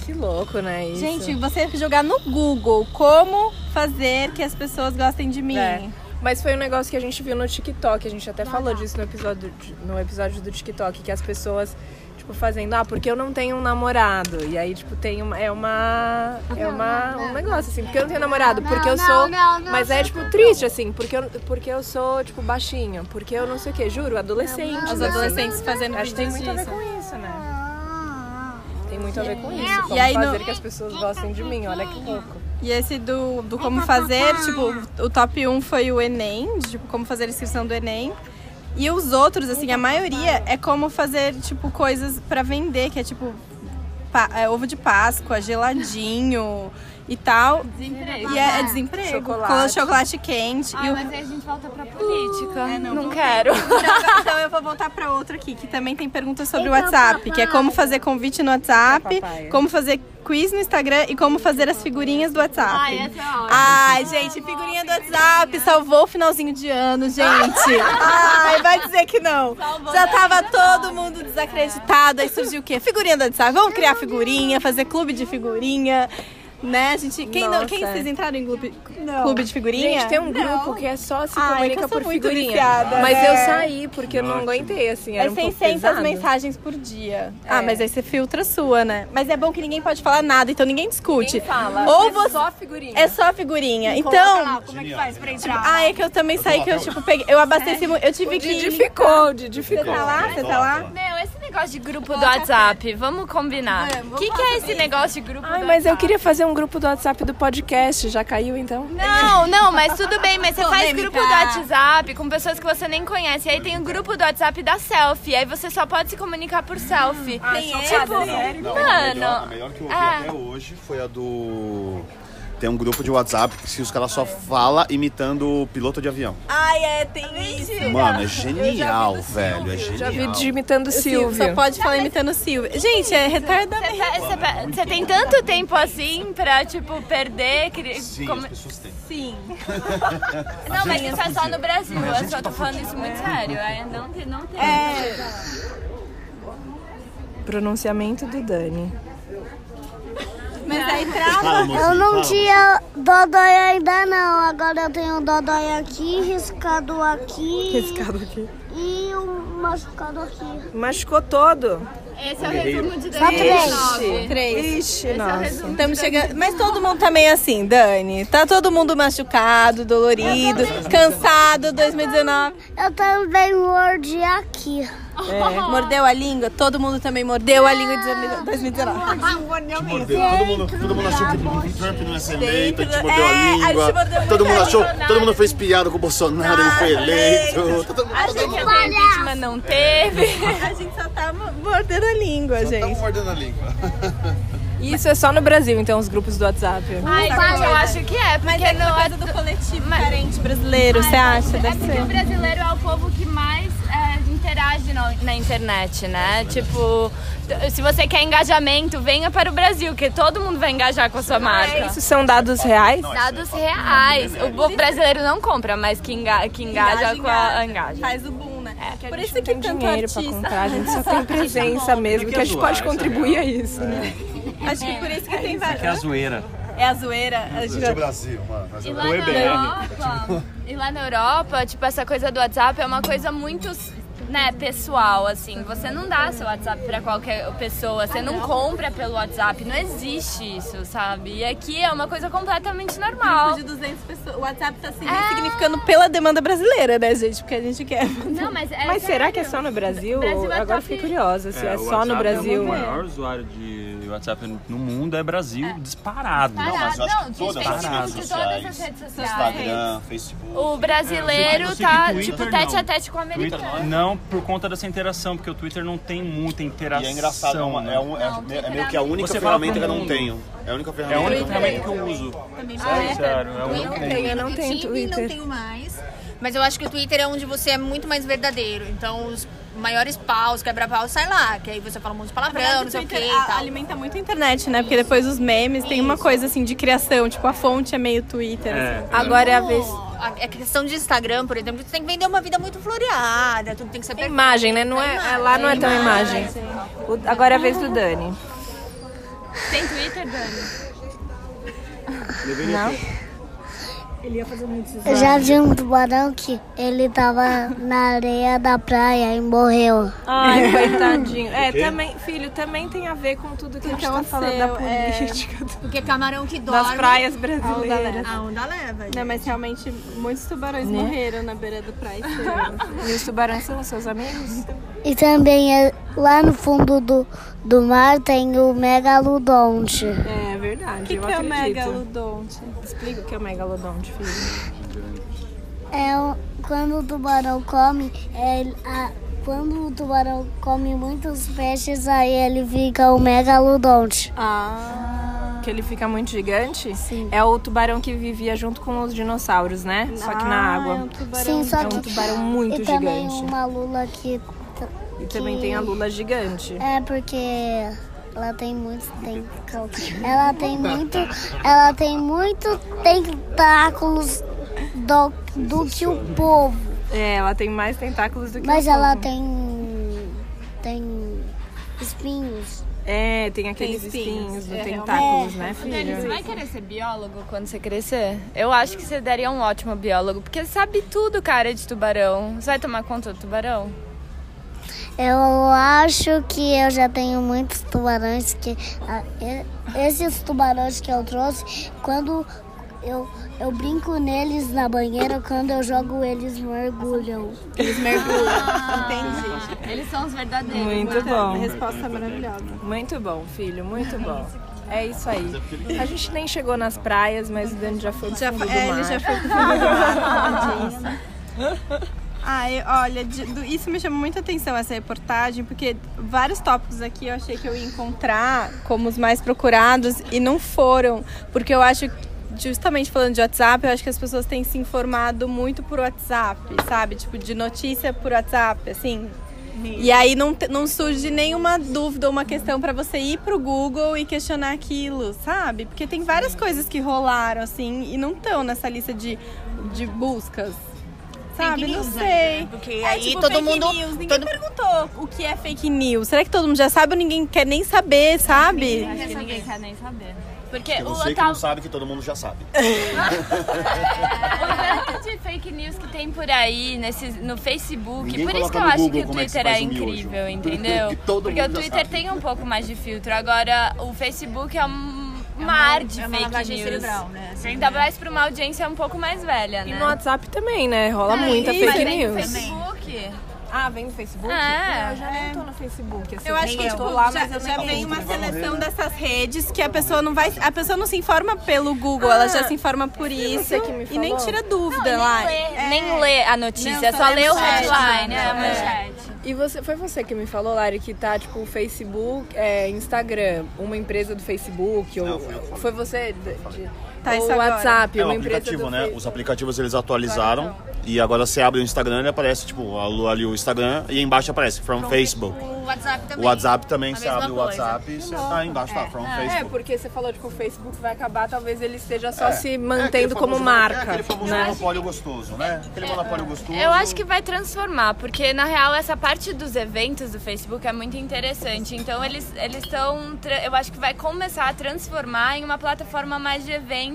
Speaker 1: Que louco, né? Isso.
Speaker 5: Gente, você jogar no Google como fazer que as pessoas gostem de mim.
Speaker 1: É. Mas foi um negócio que a gente viu no TikTok, a gente até falou disso no episódio, no episódio do TikTok, que as pessoas, tipo, fazendo, ah, porque eu não tenho um namorado. E aí, tipo, tem uma. É uma. É uma, um negócio, assim, porque eu não tenho namorado, porque eu
Speaker 6: não,
Speaker 1: sou.
Speaker 6: não, não,
Speaker 1: Mas é,
Speaker 6: não,
Speaker 1: tipo, triste, assim, porque eu, porque eu sou, tipo, baixinho, porque eu não sei o quê, juro, adolescente.
Speaker 5: Os
Speaker 1: né?
Speaker 5: adolescentes fazendo
Speaker 1: Acho que tem
Speaker 5: vídeos
Speaker 1: muito a ver
Speaker 5: disso.
Speaker 1: com isso, né? Tem muito a ver com isso. Como
Speaker 5: E aí, no-
Speaker 1: fazer que as pessoas gostem de mim, olha que louco.
Speaker 5: E esse do, do como fazer, tipo, o top 1 foi o Enem, de, tipo, como fazer a inscrição do Enem. E os outros, assim, a maioria é como fazer, tipo, coisas pra vender, que é tipo pa- é, ovo de Páscoa, geladinho e tal.
Speaker 2: Desemprego.
Speaker 5: E é, é desemprego.
Speaker 1: Chocolate.
Speaker 5: Colo- Chocolate quente. e
Speaker 2: Ah,
Speaker 5: o-
Speaker 2: mas aí a gente volta pra política.
Speaker 5: não,
Speaker 2: não quero.
Speaker 5: Então, então eu vou voltar pra outra aqui, que também tem perguntas sobre o
Speaker 2: Então,
Speaker 5: WhatsApp, que é como fazer convite no WhatsApp,
Speaker 1: É, papai.
Speaker 5: como fazer quiz no Instagram e como fazer as figurinhas do WhatsApp.
Speaker 2: Ai, essa é ótima.
Speaker 5: Ai, gente, figurinha do WhatsApp salvou o finalzinho de ano, gente. Ai, vai dizer que não. Já tava todo mundo desacreditado, aí surgiu o quê? Figurinha do WhatsApp. Vamos criar figurinha, fazer clube de figurinha. Né, gente? Quem, não, quem
Speaker 1: Nossa.
Speaker 5: vocês entraram em clube, clube de figurinha?
Speaker 1: Gente, tem um grupo que é só se
Speaker 5: Ai,
Speaker 1: comunica
Speaker 5: que eu sou
Speaker 1: por
Speaker 5: muito
Speaker 1: figurinha.
Speaker 5: viciada,
Speaker 1: mas
Speaker 5: né?
Speaker 1: eu saí porque eu não
Speaker 4: Ótimo.
Speaker 1: aguentei, assim. Era
Speaker 5: É
Speaker 1: um pouco
Speaker 5: 600
Speaker 1: pesado.
Speaker 5: mensagens por dia.
Speaker 1: É.
Speaker 5: Ah, mas aí você filtra a sua, né? Mas é bom que ninguém pode falar nada, então ninguém discute.
Speaker 1: Quem fala?
Speaker 5: Ou
Speaker 1: é
Speaker 5: você.
Speaker 1: só figurinha.
Speaker 5: É só figurinha. Então.
Speaker 3: como é que faz pra entrar?
Speaker 5: Ah, é que eu também saí que eu, tipo, peguei. Eu abasteci muito. Eu tive
Speaker 1: O
Speaker 5: que.
Speaker 1: Didi ficou, o Didi
Speaker 5: Você
Speaker 1: ficou.
Speaker 5: tá lá? Você tá lá?
Speaker 2: Meu, esse negócio de grupo do WhatsApp, vamos combinar. O que, que é esse negócio de grupo
Speaker 1: Ai,
Speaker 2: do
Speaker 1: mas eu
Speaker 2: WhatsApp?
Speaker 1: queria fazer um grupo do WhatsApp do podcast. Já caiu, então?
Speaker 2: Não, não, mas tudo bem, mas você faz
Speaker 3: Polêmica.
Speaker 2: grupo do WhatsApp com pessoas que você nem conhece. Aí tem o grupo do WhatsApp da selfie. Aí você só pode se comunicar por selfie. tipo,
Speaker 4: Não, a, melhor, a
Speaker 2: mano.
Speaker 4: melhor que eu ouvi
Speaker 2: É.
Speaker 4: até hoje foi a do. Tem um grupo de WhatsApp que os caras só fala imitando o piloto de avião.
Speaker 5: Ai, é, tem isso.
Speaker 4: Mano, é genial, velho. É genial.
Speaker 1: Já vi Didi imitando Silvio.
Speaker 5: Só pode falar imitando o Silvio. Gente, é retardamento.
Speaker 2: Você tá- Você tem tanto tempo assim pra, tipo, perder. cri-
Speaker 4: Sim,
Speaker 2: como-
Speaker 4: as pessoas têm.
Speaker 5: Sim.
Speaker 2: *laughs* Não, mas isso é só no Brasil. Eu
Speaker 4: tá
Speaker 2: só tô falando isso muito sério. É, não tem. Não tem.
Speaker 1: Pronunciamento do *laughs* Dani.
Speaker 5: Mas aí trava.
Speaker 4: Fala, mocinho,
Speaker 6: Eu não
Speaker 4: fala.
Speaker 6: tinha dodói ainda não. Agora eu tenho um dodói aqui, riscado aqui
Speaker 1: Riscado aqui.
Speaker 6: e um machucado aqui.
Speaker 1: Machucou todo.
Speaker 2: Esse é o resumo de
Speaker 6: Só três.
Speaker 2: 2019.
Speaker 5: Três.
Speaker 1: Ixi, nossa.
Speaker 5: Estamos chegando. Mas todo mundo tá meio assim, Dani. Tá todo mundo machucado, dolorido, cansado, 2019.
Speaker 4: *laughs*
Speaker 6: Eu também morde aqui.
Speaker 5: É, mordeu a língua, todo mundo também mordeu a língua em 2019.
Speaker 4: Te mordeu. Todo mundo, todo mundo achou que o Trump não é ia ser eleito, ele te
Speaker 5: Dentro-
Speaker 4: mordeu
Speaker 5: é,
Speaker 4: a
Speaker 5: a gente
Speaker 4: língua.
Speaker 5: mordeu muito
Speaker 4: todo, mundo
Speaker 5: a
Speaker 4: achou,
Speaker 5: língua.
Speaker 4: todo mundo fez piada com o Bolsonaro, ele foi eleito. Todo mundo
Speaker 2: Achei que ia ter impeachment, não teve.
Speaker 5: A gente só tá mordendo a língua,
Speaker 4: tá
Speaker 5: gente.
Speaker 4: mordendo a língua.
Speaker 1: Isso é só no Brasil, então, os grupos do WhatsApp.
Speaker 2: Ai, gente, eu acho que é, porque não é do
Speaker 5: coletivo carente brasileiro, você acha?
Speaker 2: É
Speaker 5: Deve
Speaker 2: porque o
Speaker 5: ser.
Speaker 2: brasileiro é o povo que mais é, interage na, na internet, né? tipo, t- se você quer engajamento, venha para o Brasil, que todo mundo vai engajar com a sua marca.
Speaker 1: Isso são dados reais?
Speaker 2: Dados reais. O bo- brasileiro não compra, mas que, enga- que engaja com a engaja.
Speaker 5: Faz o boom, né? Por isso
Speaker 1: Não
Speaker 5: que
Speaker 1: tem
Speaker 5: tanto
Speaker 1: dinheiro pra
Speaker 5: artista.
Speaker 1: comprar, a gente *laughs* só tem presença mesmo, que a gente pode contribuir a isso, né?
Speaker 5: Acho que por isso que tem
Speaker 7: Que é a
Speaker 5: vários.
Speaker 7: zoeira.
Speaker 5: É a zoeira. a gente-
Speaker 4: Do Brasil, mano. Mas
Speaker 2: E lá na Europa, e lá na Europa, tipo, essa coisa do WhatsApp é uma coisa muito né, pessoal, assim. Você não dá seu WhatsApp pra qualquer pessoa, você Ah, não compra pelo WhatsApp, não existe isso, sabe? E aqui é uma coisa completamente normal.
Speaker 5: de 200 pessoas. O WhatsApp tá se significando pela demanda brasileira, né, gente? Porque a gente quer.
Speaker 2: Não, mas é
Speaker 1: Mas será que é só
Speaker 2: sério.
Speaker 1: no Brasil?
Speaker 2: Brasil é
Speaker 1: Agora
Speaker 2: top.
Speaker 1: fiquei curiosa se é
Speaker 7: o
Speaker 1: só no
Speaker 7: WhatsApp
Speaker 1: Brasil. é.
Speaker 7: O maior usuário de WhatsApp no mundo é Brasil,
Speaker 2: Parado.
Speaker 7: disparado.
Speaker 4: mas
Speaker 1: é
Speaker 4: eu acho que
Speaker 2: Não, de
Speaker 4: todas as
Speaker 2: Facebook,
Speaker 4: redes
Speaker 2: todas
Speaker 4: sociais,
Speaker 2: as redes sociais.
Speaker 4: Instagram, Facebook.
Speaker 2: O brasileiro
Speaker 7: Eu sei que
Speaker 2: tá,
Speaker 7: Twitter
Speaker 2: tipo,
Speaker 7: não.
Speaker 2: tete a tete com o
Speaker 7: Twitter,
Speaker 2: americano.
Speaker 7: não por conta dessa interação, porque o Twitter não tem muita interação.
Speaker 4: E é engraçado, é,
Speaker 7: né?
Speaker 4: uma- é um- é-
Speaker 2: Não,
Speaker 4: é meio que a única
Speaker 7: Você fala
Speaker 4: ferramenta que eu
Speaker 7: pro
Speaker 4: não
Speaker 7: mundo.
Speaker 4: tenho. É a única
Speaker 7: É a
Speaker 4: ferramenta
Speaker 7: única
Speaker 4: que eu não tenho.
Speaker 7: ferramenta que eu uso. Sério, sério. É um...
Speaker 1: Eu não tenho
Speaker 3: tive e não
Speaker 1: Twitter.
Speaker 3: tenho mais. Mas eu acho que o Twitter é onde você é muito mais verdadeiro. Então, os maiores paus, quebra-pau, sai lá. Que aí você fala um monte de palavrão, não sei o que
Speaker 5: Twitter é
Speaker 3: e
Speaker 5: a-
Speaker 3: tal.
Speaker 5: alimenta muito a internet, né? Porque depois os memes tem uma coisa assim de criação, tipo a fonte é meio Twitter. assim.
Speaker 1: Agora é a vez.
Speaker 3: A a questão de Instagram, por exemplo, você tem que vender uma vida muito floreada, tudo tem que ser perfeito.
Speaker 1: Imagem, né? Não é, é- lá não é tão imagem. O- agora é a vez do Dani.
Speaker 2: Tem Twitter, Dani?
Speaker 6: Eu já vi um tubarão que ele tava na areia da praia e morreu.
Speaker 1: Ai, *laughs* coitadinho. É, também, filho, também tem a ver com tudo que a gente tá falando da
Speaker 5: aconteceu, é.
Speaker 1: política,
Speaker 3: Porque camarão que dorme.
Speaker 1: das praias brasileiras.
Speaker 3: A onda leva. gente.
Speaker 5: Não, mas realmente muitos tubarões morreram na beira do
Speaker 1: *laughs*
Speaker 5: praia.
Speaker 1: Né? E os tubarões são seus amigos?
Speaker 6: E também é- lá no fundo do, do mar tem o megalodonte.
Speaker 1: É verdade,
Speaker 5: O que,
Speaker 1: eu
Speaker 5: que é o
Speaker 1: acredito.
Speaker 5: megalodonte?
Speaker 1: Explica o que é o megalodonte, filho.
Speaker 6: É o- quando o tubarão come, ele- a- quando o tubarão come muitos peixes, aí ele fica o megalodonte.
Speaker 1: Ah. Que ele fica muito gigante? Sim. É o tubarão que vivia junto com os dinossauros, né? Só que na água.
Speaker 6: Sim, só
Speaker 1: É um
Speaker 6: que
Speaker 1: tubarão muito
Speaker 6: e também
Speaker 1: gigante.
Speaker 6: uma lula que t-
Speaker 1: E também
Speaker 6: que-
Speaker 1: tem a lula gigante.
Speaker 6: É porque ela tem muito tem- ela tem muito ela tem muito tentáculos do, do que o povo,
Speaker 1: É, ela tem mais tentáculos do que
Speaker 6: mas
Speaker 1: o povo.
Speaker 6: ela tem tem espinhos.
Speaker 1: É, tem aqueles espinhos, no tentáculos, né,
Speaker 2: Dani, você
Speaker 1: filho?
Speaker 2: vai querer ser biólogo quando você crescer? Eu acho que você daria um ótimo biólogo, porque você sabe tudo, cara, de tubarão. Você vai tomar conta do tubarão?
Speaker 6: Eu acho que eu já tenho muitos tubarões que ah, e- esses tubarões que eu trouxe quando eu, eu brinco neles na banheira, quando eu jogo eles mergulham.
Speaker 2: Ah, Eles são os verdadeiros.
Speaker 1: Muito bom.
Speaker 5: Resposta maravilhosa.
Speaker 1: Muito bom, filho, muito bom. É isso aí. A gente nem chegou nas praias, mas o Dani já foi pro fundo do
Speaker 5: É, ele
Speaker 1: mar.
Speaker 5: já foi pro fundo do mar, tadinho. Ai, olha, de- do- isso me chamou muita atenção, essa reportagem, porque vários tópicos aqui eu achei que eu ia encontrar como os mais procurados e não foram, porque eu acho que. Justamente falando de WhatsApp, eu acho que as pessoas têm se informado muito por WhatsApp, sabe? Tipo, de notícia por WhatsApp, assim. E aí não, te- não surge nenhuma dúvida ou uma questão pra você ir pro Google e questionar aquilo, sabe? Porque tem várias coisas que rolaram, assim, e não estão nessa lista de, de buscas. Sabe? Não
Speaker 3: news,
Speaker 5: sei.
Speaker 3: né? Porque
Speaker 5: É,
Speaker 3: aí
Speaker 5: tipo,
Speaker 3: todo
Speaker 5: fake
Speaker 3: mundo-
Speaker 5: News. Ninguém
Speaker 3: todo-
Speaker 5: perguntou o que é fake news. Será que todo mundo já sabe ou ninguém quer nem saber, sabe?
Speaker 2: Acho que ninguém quer nem saber. Porque
Speaker 4: Tem
Speaker 2: o
Speaker 4: você que não
Speaker 2: Otávio,
Speaker 4: sabe que todo mundo já sabe.
Speaker 2: o tanto de fake news que tem por aí, nesse, no Facebook,
Speaker 4: Ninguém
Speaker 2: por isso que
Speaker 4: coloca
Speaker 2: eu
Speaker 4: no
Speaker 2: acho que
Speaker 4: Google
Speaker 2: o
Speaker 4: como é que
Speaker 2: Twitter
Speaker 4: se
Speaker 2: é
Speaker 4: faz o miojo. *laughs*
Speaker 2: incrível, entendeu?
Speaker 4: Que todo
Speaker 2: Porque o
Speaker 4: mundo já
Speaker 2: Twitter
Speaker 4: sabe.
Speaker 2: tem um pouco mais de filtro. Agora, o Facebook é um mar de
Speaker 3: é uma
Speaker 2: fake
Speaker 3: lavagem
Speaker 2: news.
Speaker 3: cerebral, né? Assim,
Speaker 2: Ainda mais pra uma audiência um pouco mais velha, né?
Speaker 1: E no WhatsApp também, né? Rola é muita
Speaker 2: Ah, Mas é
Speaker 1: fake
Speaker 2: aí no
Speaker 1: news.
Speaker 2: Facebook.
Speaker 1: Ah, vem no Facebook?
Speaker 2: É.
Speaker 1: Não, eu já nem tô no Facebook. Assim,
Speaker 5: Eu acho que
Speaker 1: eu
Speaker 5: tipo,
Speaker 1: tô lá,
Speaker 5: já,
Speaker 1: mas eu
Speaker 5: já
Speaker 1: nem
Speaker 5: vem uma seleção dessas redes que a pessoa não vai. A pessoa não se informa pelo Google, ela já se informa por isso.
Speaker 1: que me
Speaker 5: E nem
Speaker 1: falou?
Speaker 5: tira dúvida lá.
Speaker 2: Nem lê a notícia,
Speaker 5: Não,
Speaker 2: só
Speaker 5: só lê
Speaker 2: lê o
Speaker 5: a manchete,
Speaker 2: headline, É.
Speaker 5: né?
Speaker 2: a manchete.
Speaker 1: E você, foi você que me falou, Lari, que tá, tipo, Facebook, é, Instagram, uma empresa do Facebook, ou
Speaker 4: Não, fui eu que falei.
Speaker 1: foi você? de- de-
Speaker 5: Tá,
Speaker 1: ou
Speaker 5: isso agora.
Speaker 1: WhatsApp,
Speaker 4: É o
Speaker 1: uma empresa
Speaker 4: aplicativo,
Speaker 1: do
Speaker 4: né?
Speaker 1: Facebook.
Speaker 4: Os aplicativos eles atualizaram e agora você abre o Instagram e aparece, tipo, ali o Instagram e embaixo aparece From, Facebook.
Speaker 3: O WhatsApp
Speaker 4: O
Speaker 3: também.
Speaker 4: WhatsApp também,
Speaker 3: A
Speaker 4: você
Speaker 3: mesma
Speaker 4: abre o
Speaker 3: coisa.
Speaker 4: WhatsApp e você tá aí embaixo, tá? From
Speaker 1: É,
Speaker 4: Facebook.
Speaker 1: porque você falou, tipo, o Facebook vai acabar, talvez ele esteja só se
Speaker 4: É aquele
Speaker 1: mantendo como
Speaker 4: famoso- É
Speaker 1: marca,
Speaker 4: aquele famoso
Speaker 1: né?
Speaker 4: monopólio gostoso, né? Aquele monopólio gostoso.
Speaker 2: Eu acho que vai transformar, porque na real essa parte dos eventos do Facebook é muito interessante. Então eles eles estão, eu acho que vai começar a transformar em uma plataforma mais de eventos.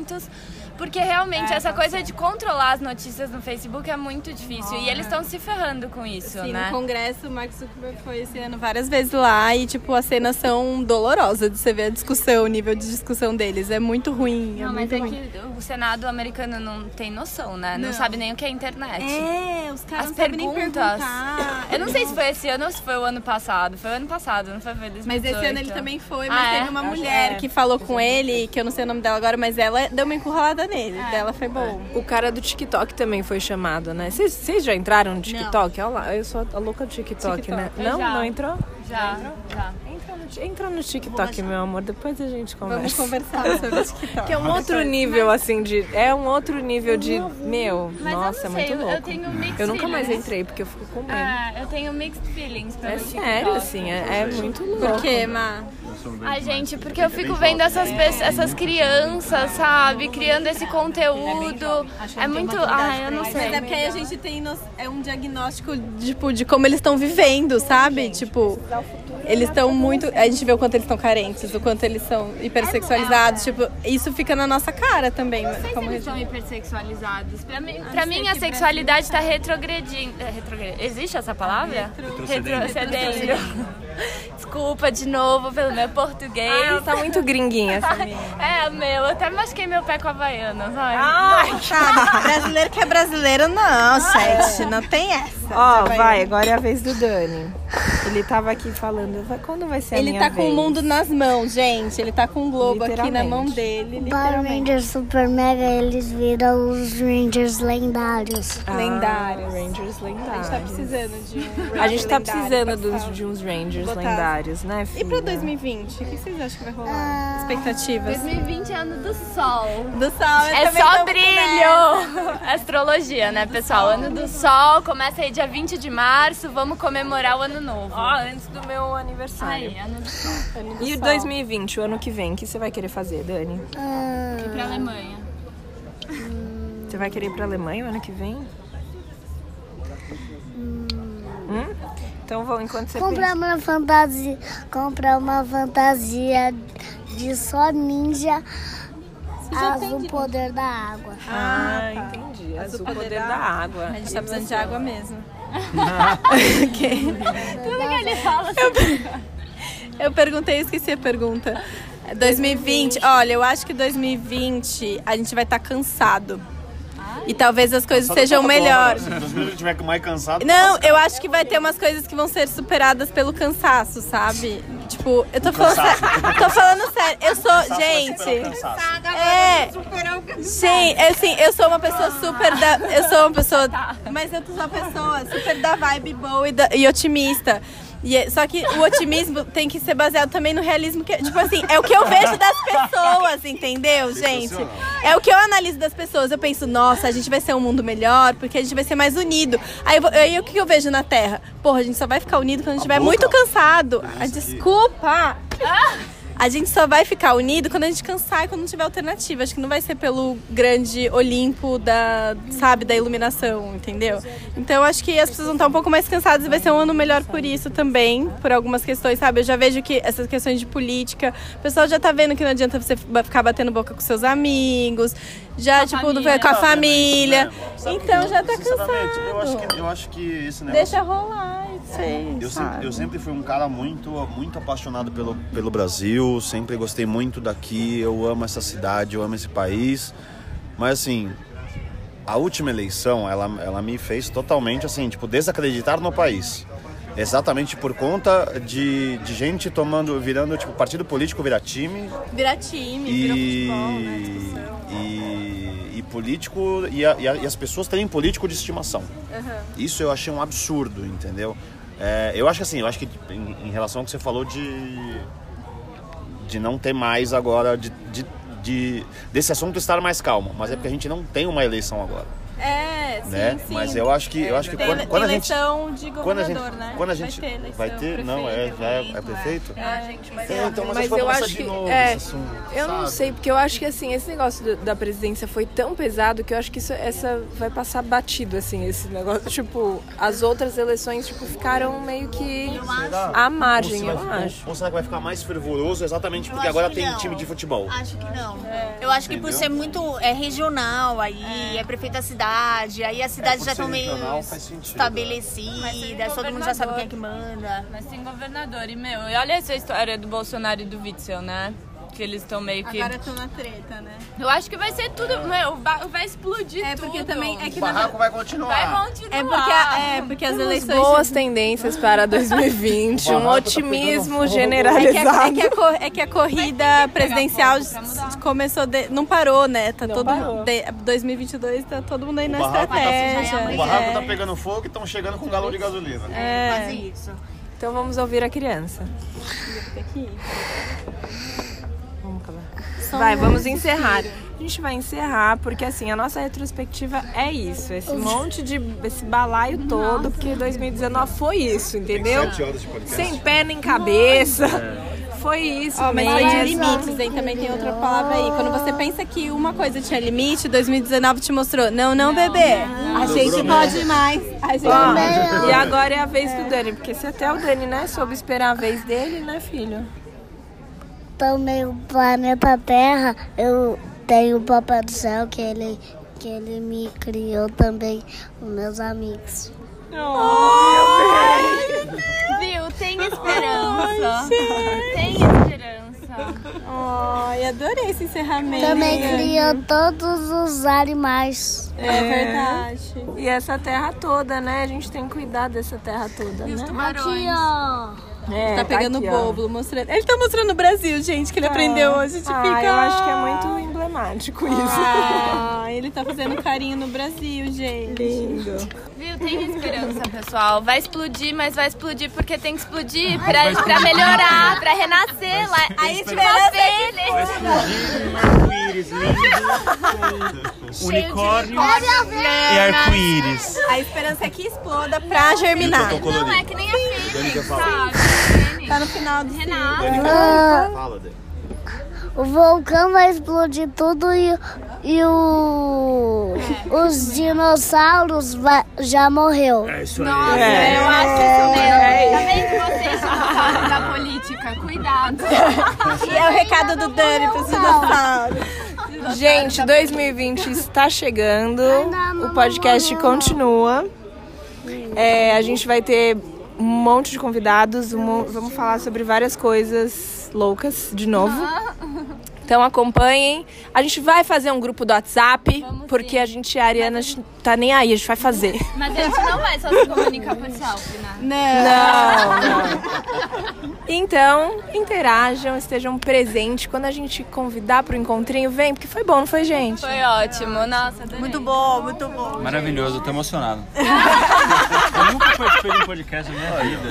Speaker 2: Porque
Speaker 5: É,
Speaker 2: realmente essa coisa de controlar as notícias no Facebook é muito difícil. E eles estão se ferrando com isso,
Speaker 5: Sim,
Speaker 2: né?
Speaker 5: no congresso, o Mark Zuckerberg foi esse ano várias vezes lá e, tipo, as cenas são dolorosas de você ver a discussão, o nível de discussão deles. É muito ruim, é
Speaker 2: Não, mas
Speaker 5: muito
Speaker 2: é
Speaker 5: ruim.
Speaker 2: que o Senado americano não tem noção, né? Não, sabe nem o que é internet.
Speaker 5: É, os caras
Speaker 2: As
Speaker 5: não sabem nem
Speaker 2: perguntas.
Speaker 5: perguntar.
Speaker 2: Eu não sei se foi esse ano ou se foi o ano passado. Foi o ano passado, não foi Foi 2018.
Speaker 5: Mas esse ano ele também foi, mas
Speaker 2: Ah, é?
Speaker 5: teve uma
Speaker 2: Eu acho-
Speaker 5: mulher
Speaker 2: é.
Speaker 5: que falou com ele, que eu não sei o nome dela agora, mas ela deu uma encurralada nele.
Speaker 2: Ah, é.
Speaker 5: Dela foi bom.
Speaker 1: O cara do TikTok também foi chamado, né? Vocês- Vocês já entraram no TikTok? Olha lá, eu sou a louca do TikTok, né?
Speaker 5: TikTok, é
Speaker 1: Não?
Speaker 2: já.
Speaker 1: Não entrou?
Speaker 2: Já, já.
Speaker 1: Entra no, ti- entra no TikTok, meu amor, depois a gente conversa.
Speaker 5: Vamos conversar
Speaker 1: *laughs*
Speaker 5: sobre o TikTok.
Speaker 1: Que é um outro nível, assim, de. É um outro nível de. Meu,
Speaker 2: Mas
Speaker 1: nossa,
Speaker 2: eu não sei,
Speaker 1: é muito
Speaker 2: eu-
Speaker 1: louco.
Speaker 2: eu tenho um mixed
Speaker 1: Eu nunca
Speaker 5: né?
Speaker 1: mais
Speaker 2: feelings.
Speaker 1: entrei, porque eu fico com medo.
Speaker 5: Ah,
Speaker 2: É, eu tenho mixed feelings pra
Speaker 1: É
Speaker 2: mim.
Speaker 5: então.
Speaker 1: sério, assim, é, é muito louco.
Speaker 5: Por quê, Má?
Speaker 2: Ai, gente, porque eu fico vendo essas, pessoas, essas crianças, sabe? Criando esse conteúdo. É muito. Ai, eu não sei.
Speaker 5: Mas é porque aí a gente tem nos- é um diagnóstico tipo, de como eles estão vivendo, sabe? tipo, eles estão muito. A gente vê o quanto eles estão carentes, o quanto eles são hipersexualizados. Tipo, isso fica na nossa cara também. como
Speaker 2: Eles
Speaker 5: a
Speaker 2: são
Speaker 5: gente-
Speaker 2: hipersexualizados. Pra mim, pra mim a sexualidade tá retrogredindo. é, retrogredindo. Existe essa palavra? Retrocedendo. *laughs* Ah, Desculpa de novo pelo meu português.
Speaker 1: Tá muito gringuinha essa menina.
Speaker 2: *laughs* É, meu, eu até machuquei meu pé com a Havaiana, sabe?
Speaker 5: Sabe, Tá, brasileiro que é brasileiro, não, gente. Não tem essa.
Speaker 1: Ó, vai, agora é a vez do Dani. Ele tava aqui falando, "Vai- quando vai ser a
Speaker 5: Ele
Speaker 1: minha
Speaker 5: tá com
Speaker 1: vez?"
Speaker 5: o mundo nas mãos, gente. Ele tá com o globo aqui na
Speaker 1: Literalmente.
Speaker 5: mão dele.
Speaker 6: Power Rangers Super Mega, eles viram os Rangers lendários.
Speaker 1: Ah,
Speaker 5: lendários.
Speaker 1: Rangers lendários.
Speaker 5: Tá precisando de
Speaker 1: *laughs*
Speaker 5: um
Speaker 1: A gente tá
Speaker 5: lendário
Speaker 1: precisando
Speaker 5: pra
Speaker 1: dos-
Speaker 5: salvar.
Speaker 1: de uns Rangers
Speaker 5: Botar.
Speaker 1: lendários, né, filha?
Speaker 5: E pra 2020, o que vocês acham que vai rolar?
Speaker 2: Ah,
Speaker 5: Expectativas.
Speaker 2: 2020 é ano do sol.
Speaker 5: Do sol, eu
Speaker 2: É
Speaker 5: também
Speaker 2: só
Speaker 5: tô
Speaker 2: brilho! *laughs* Astrologia, né, pessoal? Ano do Sol, começa aí dia 20 de março, vamos comemorar o ano novo.
Speaker 1: Ó, antes do meu aniversário.
Speaker 2: Aí, ano do Sol.
Speaker 1: E 2020, o ano que vem, o que você vai querer fazer, Dani?
Speaker 2: E *laughs* pra Alemanha.
Speaker 1: Você vai querer ir pra Alemanha o ano que vem? Hum? Então vou enquanto você
Speaker 6: Comprar uma fantasia, comprar uma fantasia de só ninja azul poder da água.
Speaker 1: Ah, entendi. Azul poder, da água.
Speaker 5: A gente tá precisando de
Speaker 1: *laughs*
Speaker 5: água mesmo.
Speaker 2: *laughs*
Speaker 5: Eu perguntei, esqueci a pergunta. 2020, olha, eu acho que 2020 a gente vai estar cansado. E talvez as coisas sejam melhores.
Speaker 4: é Se 2020 tiver mais cansado,
Speaker 5: Não, eu acho que vai ter umas coisas que vão ser superadas pelo cansaço, sabe? Tipo, eu tô falando,
Speaker 4: cansaço.
Speaker 5: sé- *laughs* tô falando sério. Eu sou,
Speaker 4: cansaço vai superar o
Speaker 5: gente.
Speaker 4: cansaço.
Speaker 5: É. Sim, é assim, eu sou uma pessoa super da. Eu sou uma pessoa. Mas eu sou uma pessoa super da vibe boa e, da- e otimista. E é- só que o otimismo tem que ser baseado também no realismo que. Tipo assim, é o que eu vejo das pessoas, entendeu, gente? É o que eu analiso das pessoas. Eu penso, nossa, a gente vai ser um mundo melhor, porque a gente vai ser mais unido. Aí, eu vou- aí o que eu vejo na Terra? Porra, a gente só vai ficar unido quando a gente estiver
Speaker 4: boca.
Speaker 5: muito cansado. Ah, desculpa! A gente só vai ficar unido quando a gente cansar e quando não tiver alternativa. Acho que não vai ser pelo grande Olimpo da, sabe, da iluminação, entendeu? Então acho que as pessoas vão estar um pouco mais cansadas e vai ser um ano melhor por isso também, por algumas questões, sabe? Eu já vejo que essas questões de política, o pessoal já tá vendo que não adianta você ba- ficar batendo boca com seus amigos, já, tipo, não
Speaker 2: família.
Speaker 5: ficar com a família.
Speaker 4: né? Sabe que
Speaker 5: Então
Speaker 4: eu,
Speaker 5: já tá
Speaker 4: sinceramente, tipo, Eu acho,
Speaker 5: cansado.
Speaker 4: que, eu acho que esse negócio.
Speaker 5: Deixa rolar, isso aí.
Speaker 4: Eu
Speaker 5: sabe?
Speaker 4: sempre, eu sempre fui um cara muito, muito apaixonado pelo, pelo Brasil, sempre gostei muito daqui, eu amo essa cidade, eu amo esse país. Mas assim, a última eleição, ela, ela me fez totalmente assim, tipo, desacreditar no país. Exatamente por conta de, de gente tomando, virando, tipo, partido político virar time
Speaker 5: Virar time, virar
Speaker 4: e,
Speaker 5: futebol, né? Discussão.
Speaker 4: e, e político e, a- e a- e as pessoas terem político de estimação. Isso eu achei um absurdo, entendeu? É, eu acho que assim, eu acho que em, em relação ao que você falou de de não ter mais agora de, de, de- desse assunto estar mais calmo, mas é porque a gente não tem uma eleição agora,
Speaker 5: É, sim,
Speaker 4: né?
Speaker 5: sim.
Speaker 4: Mas eu acho que eu acho que
Speaker 5: Tem
Speaker 4: quando,
Speaker 5: ele-
Speaker 4: quando a
Speaker 5: tem
Speaker 4: gente
Speaker 5: eleição de governador,
Speaker 4: quando a gente
Speaker 5: né?
Speaker 4: quando a gente
Speaker 5: vai ter, eleição,
Speaker 4: vai ter não é já é, é prefeito?
Speaker 5: É, gente, mas
Speaker 4: É, então,
Speaker 1: Mas
Speaker 4: a gente vai
Speaker 1: eu
Speaker 4: começar
Speaker 1: acho
Speaker 4: de
Speaker 1: que-
Speaker 4: novo
Speaker 1: é,
Speaker 4: esse assunto,
Speaker 1: Eu não
Speaker 4: sabe?
Speaker 1: sei, porque eu acho que assim, esse negócio do- da presidência foi tão pesado que eu acho que isso, essa vai passar batido, assim, esse negócio. *laughs* Tipo, as outras eleições tipo, ficaram meio que
Speaker 4: Será?
Speaker 1: à margem,
Speaker 4: Ou
Speaker 1: eu
Speaker 4: se vai-
Speaker 1: acho.
Speaker 4: Ou será que vai ficar mais fervoroso exatamente
Speaker 3: Eu
Speaker 4: porque
Speaker 3: acho
Speaker 4: agora
Speaker 3: que
Speaker 4: tem
Speaker 3: não.
Speaker 4: time de futebol?
Speaker 3: Acho que não. Eu acho que por
Speaker 4: Entendeu?
Speaker 3: ser muito é regional aí, é, prefeito da cidade, aí as cidades já estão meio
Speaker 4: É, regional, faz sentido, né?
Speaker 3: estabelecidas, todo mundo já sabe quem é que manda.
Speaker 2: Mas tem governador e, meu, e olha essa história do Bolsonaro e do Witzel, né? Que eles estão meio que...
Speaker 5: Agora tô na treta, né?
Speaker 2: Eu acho que vai ser tudo, meu, vai, vai explodir
Speaker 5: É porque
Speaker 2: tudo.
Speaker 5: também é que
Speaker 4: O
Speaker 5: na
Speaker 4: barraco vai continuar.
Speaker 2: Vai continuar.
Speaker 5: É porque, é, porque as
Speaker 1: Temos
Speaker 5: eleições.
Speaker 1: boas tendências
Speaker 4: *laughs*
Speaker 1: para 2020, um
Speaker 4: barraco tá
Speaker 1: otimismo
Speaker 4: pegando fogo.
Speaker 5: É que, a, é
Speaker 1: generalizado.
Speaker 5: que a cor- é que a corrida presidencial
Speaker 2: pra mudar.
Speaker 5: começou. de- não parou, né? Tá todo
Speaker 1: parou.
Speaker 5: mundo- de- 2022 tá todo mundo aí na
Speaker 4: barraco tá-
Speaker 5: estratégia.
Speaker 4: O barraco tá pegando fogo e estão chegando com um galão de gasolina.
Speaker 5: É.
Speaker 3: Quase isso.
Speaker 1: Então vamos ouvir a criança. Vai,
Speaker 5: um
Speaker 1: vamos encerrar. A gente vai encerrar porque assim, a nossa retrospectiva é isso, esse monte de esse balaio todo, porque 2019 foi isso, entendeu?
Speaker 4: horas de podcast.
Speaker 1: Sem pé nem cabeça. Foi isso,
Speaker 5: Ó, mas
Speaker 1: mesmo.
Speaker 5: aí tinha limites, hein? Também tem outra palavra aí. Quando você pensa que uma coisa tinha limite, 2019 te mostrou. Não, não, bebê. A gente pode mais. A gente
Speaker 1: Ó,
Speaker 5: pode.
Speaker 1: e agora é a vez do Dani, porque se até o Dani, né, soube esperar a vez dele, né, filho?
Speaker 6: Também o planeta Terra, eu tenho o Papai do Céu que ele, que ele me criou também, os meus amigos.
Speaker 5: é-
Speaker 2: Viu? Tem esperança. tem esperança.
Speaker 5: Ai, adorei esse encerramento.
Speaker 6: Também criou todos os animais.
Speaker 5: É verdade.
Speaker 1: E essa terra toda, né? A gente tem que cuidar dessa terra toda, né?
Speaker 6: Aqui, ó.
Speaker 1: É,
Speaker 5: Tá pegando o
Speaker 1: aqui, ó.
Speaker 5: bolo, mostrando. Ele tá mostrando o Brasil, gente, que ele aprendeu hoje de
Speaker 1: Ah,
Speaker 5: ficar.
Speaker 1: eu acho que é muito emblemático isso.
Speaker 5: Ah, ele tá fazendo carinho no Brasil, gente.
Speaker 1: Lindo.
Speaker 2: Viu? Tem esperança, pessoal. Vai explodir, mas vai explodir porque tem que explodir pra, pra melhorar, pra renascer. lá. A esperança é
Speaker 7: Um arco-íris lindo, com unicórnio e arco-íris.
Speaker 5: A esperança é que exploda pra germinar.
Speaker 2: Não, é que nem a
Speaker 4: quer
Speaker 2: Fênix,
Speaker 4: falar.
Speaker 2: sabe?
Speaker 5: Tá no final do Renato. Ah.
Speaker 4: Fala, Dani.
Speaker 6: O vulcão vai explodir tudo e, e o, os dinossauros va- já morreu.
Speaker 7: É
Speaker 2: Nossa, eu acho isso mesmo. Também que vocês não sabem da política. Cuidado.
Speaker 5: E é o recado do Dani pros dinossauros.
Speaker 1: Gente, 2020 está chegando. O podcast continua. É, a gente vai ter um monte de convidados. um mon- vamos falar sobre várias coisas loucas de novo. Então acompanhem. A gente vai fazer um grupo do WhatsApp, porque a gente, a Ariana, a gente tá nem aí, a gente vai fazer.
Speaker 2: Mas a gente não vai só se comunicar por selfie, né?
Speaker 1: Então, interajam, estejam presentes. Quando a gente convidar pro encontrinho, vem, porque foi bom, não foi, gente?
Speaker 2: Foi ótimo. Nossa, adorei.
Speaker 3: Muito bom, muito bom.
Speaker 7: Maravilhoso, eu tô emocionado. *laughs* eu nunca participei de um podcast na minha vida.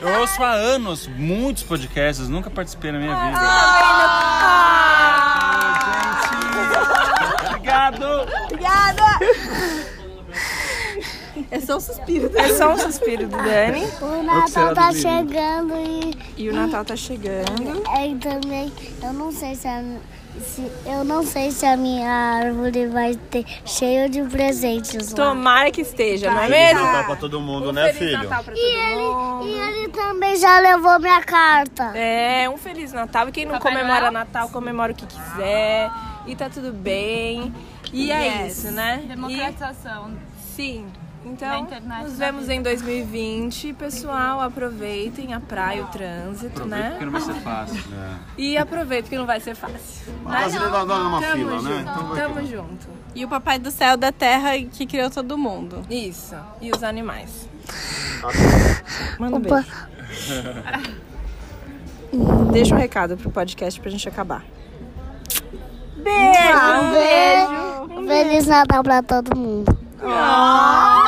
Speaker 7: Eu ouço há anos muitos podcasts, nunca participei na minha vida. Gente, Obrigado!
Speaker 5: É só um suspiro.
Speaker 1: É só um suspiro do Dani.
Speaker 6: O Natal tá chegando e,
Speaker 1: E o Natal tá chegando.
Speaker 6: é, e também eu não sei se a, se- eu não sei se a minha árvore vai ter cheio de presentes lá.
Speaker 1: Tomara que esteja, não é
Speaker 4: Feliz
Speaker 1: mesmo?
Speaker 4: Natal pra todo mundo, né, filho?
Speaker 6: E ele, e ele também já levou minha carta.
Speaker 1: É, um Feliz Natal. E quem não comemora Natal, comemora o que quiser. E tá tudo bem. E é isso, né? E,
Speaker 2: Democratização.
Speaker 1: sim.
Speaker 2: Na
Speaker 1: Então,
Speaker 2: internet,
Speaker 1: nos
Speaker 2: na
Speaker 1: vemos em 2020. Pessoal, aproveitem a praia, o trânsito,
Speaker 7: Aproveita porque
Speaker 1: né?
Speaker 7: não vai ser fácil.
Speaker 1: E aproveita que não vai ser fácil.
Speaker 4: Brasileiro adora numa
Speaker 1: Tamo
Speaker 4: fila, né?
Speaker 1: junto.
Speaker 4: Então vai
Speaker 1: Tamo
Speaker 4: que-
Speaker 1: junto.
Speaker 5: E o papai do céu da terra que criou todo mundo.
Speaker 1: Isso. E os animais. Manda um
Speaker 6: Opa,
Speaker 1: beijo. *laughs* Deixa um recado pro podcast pra gente acabar.
Speaker 6: um beijo. Feliz Natal pra todo mundo.
Speaker 1: Ah,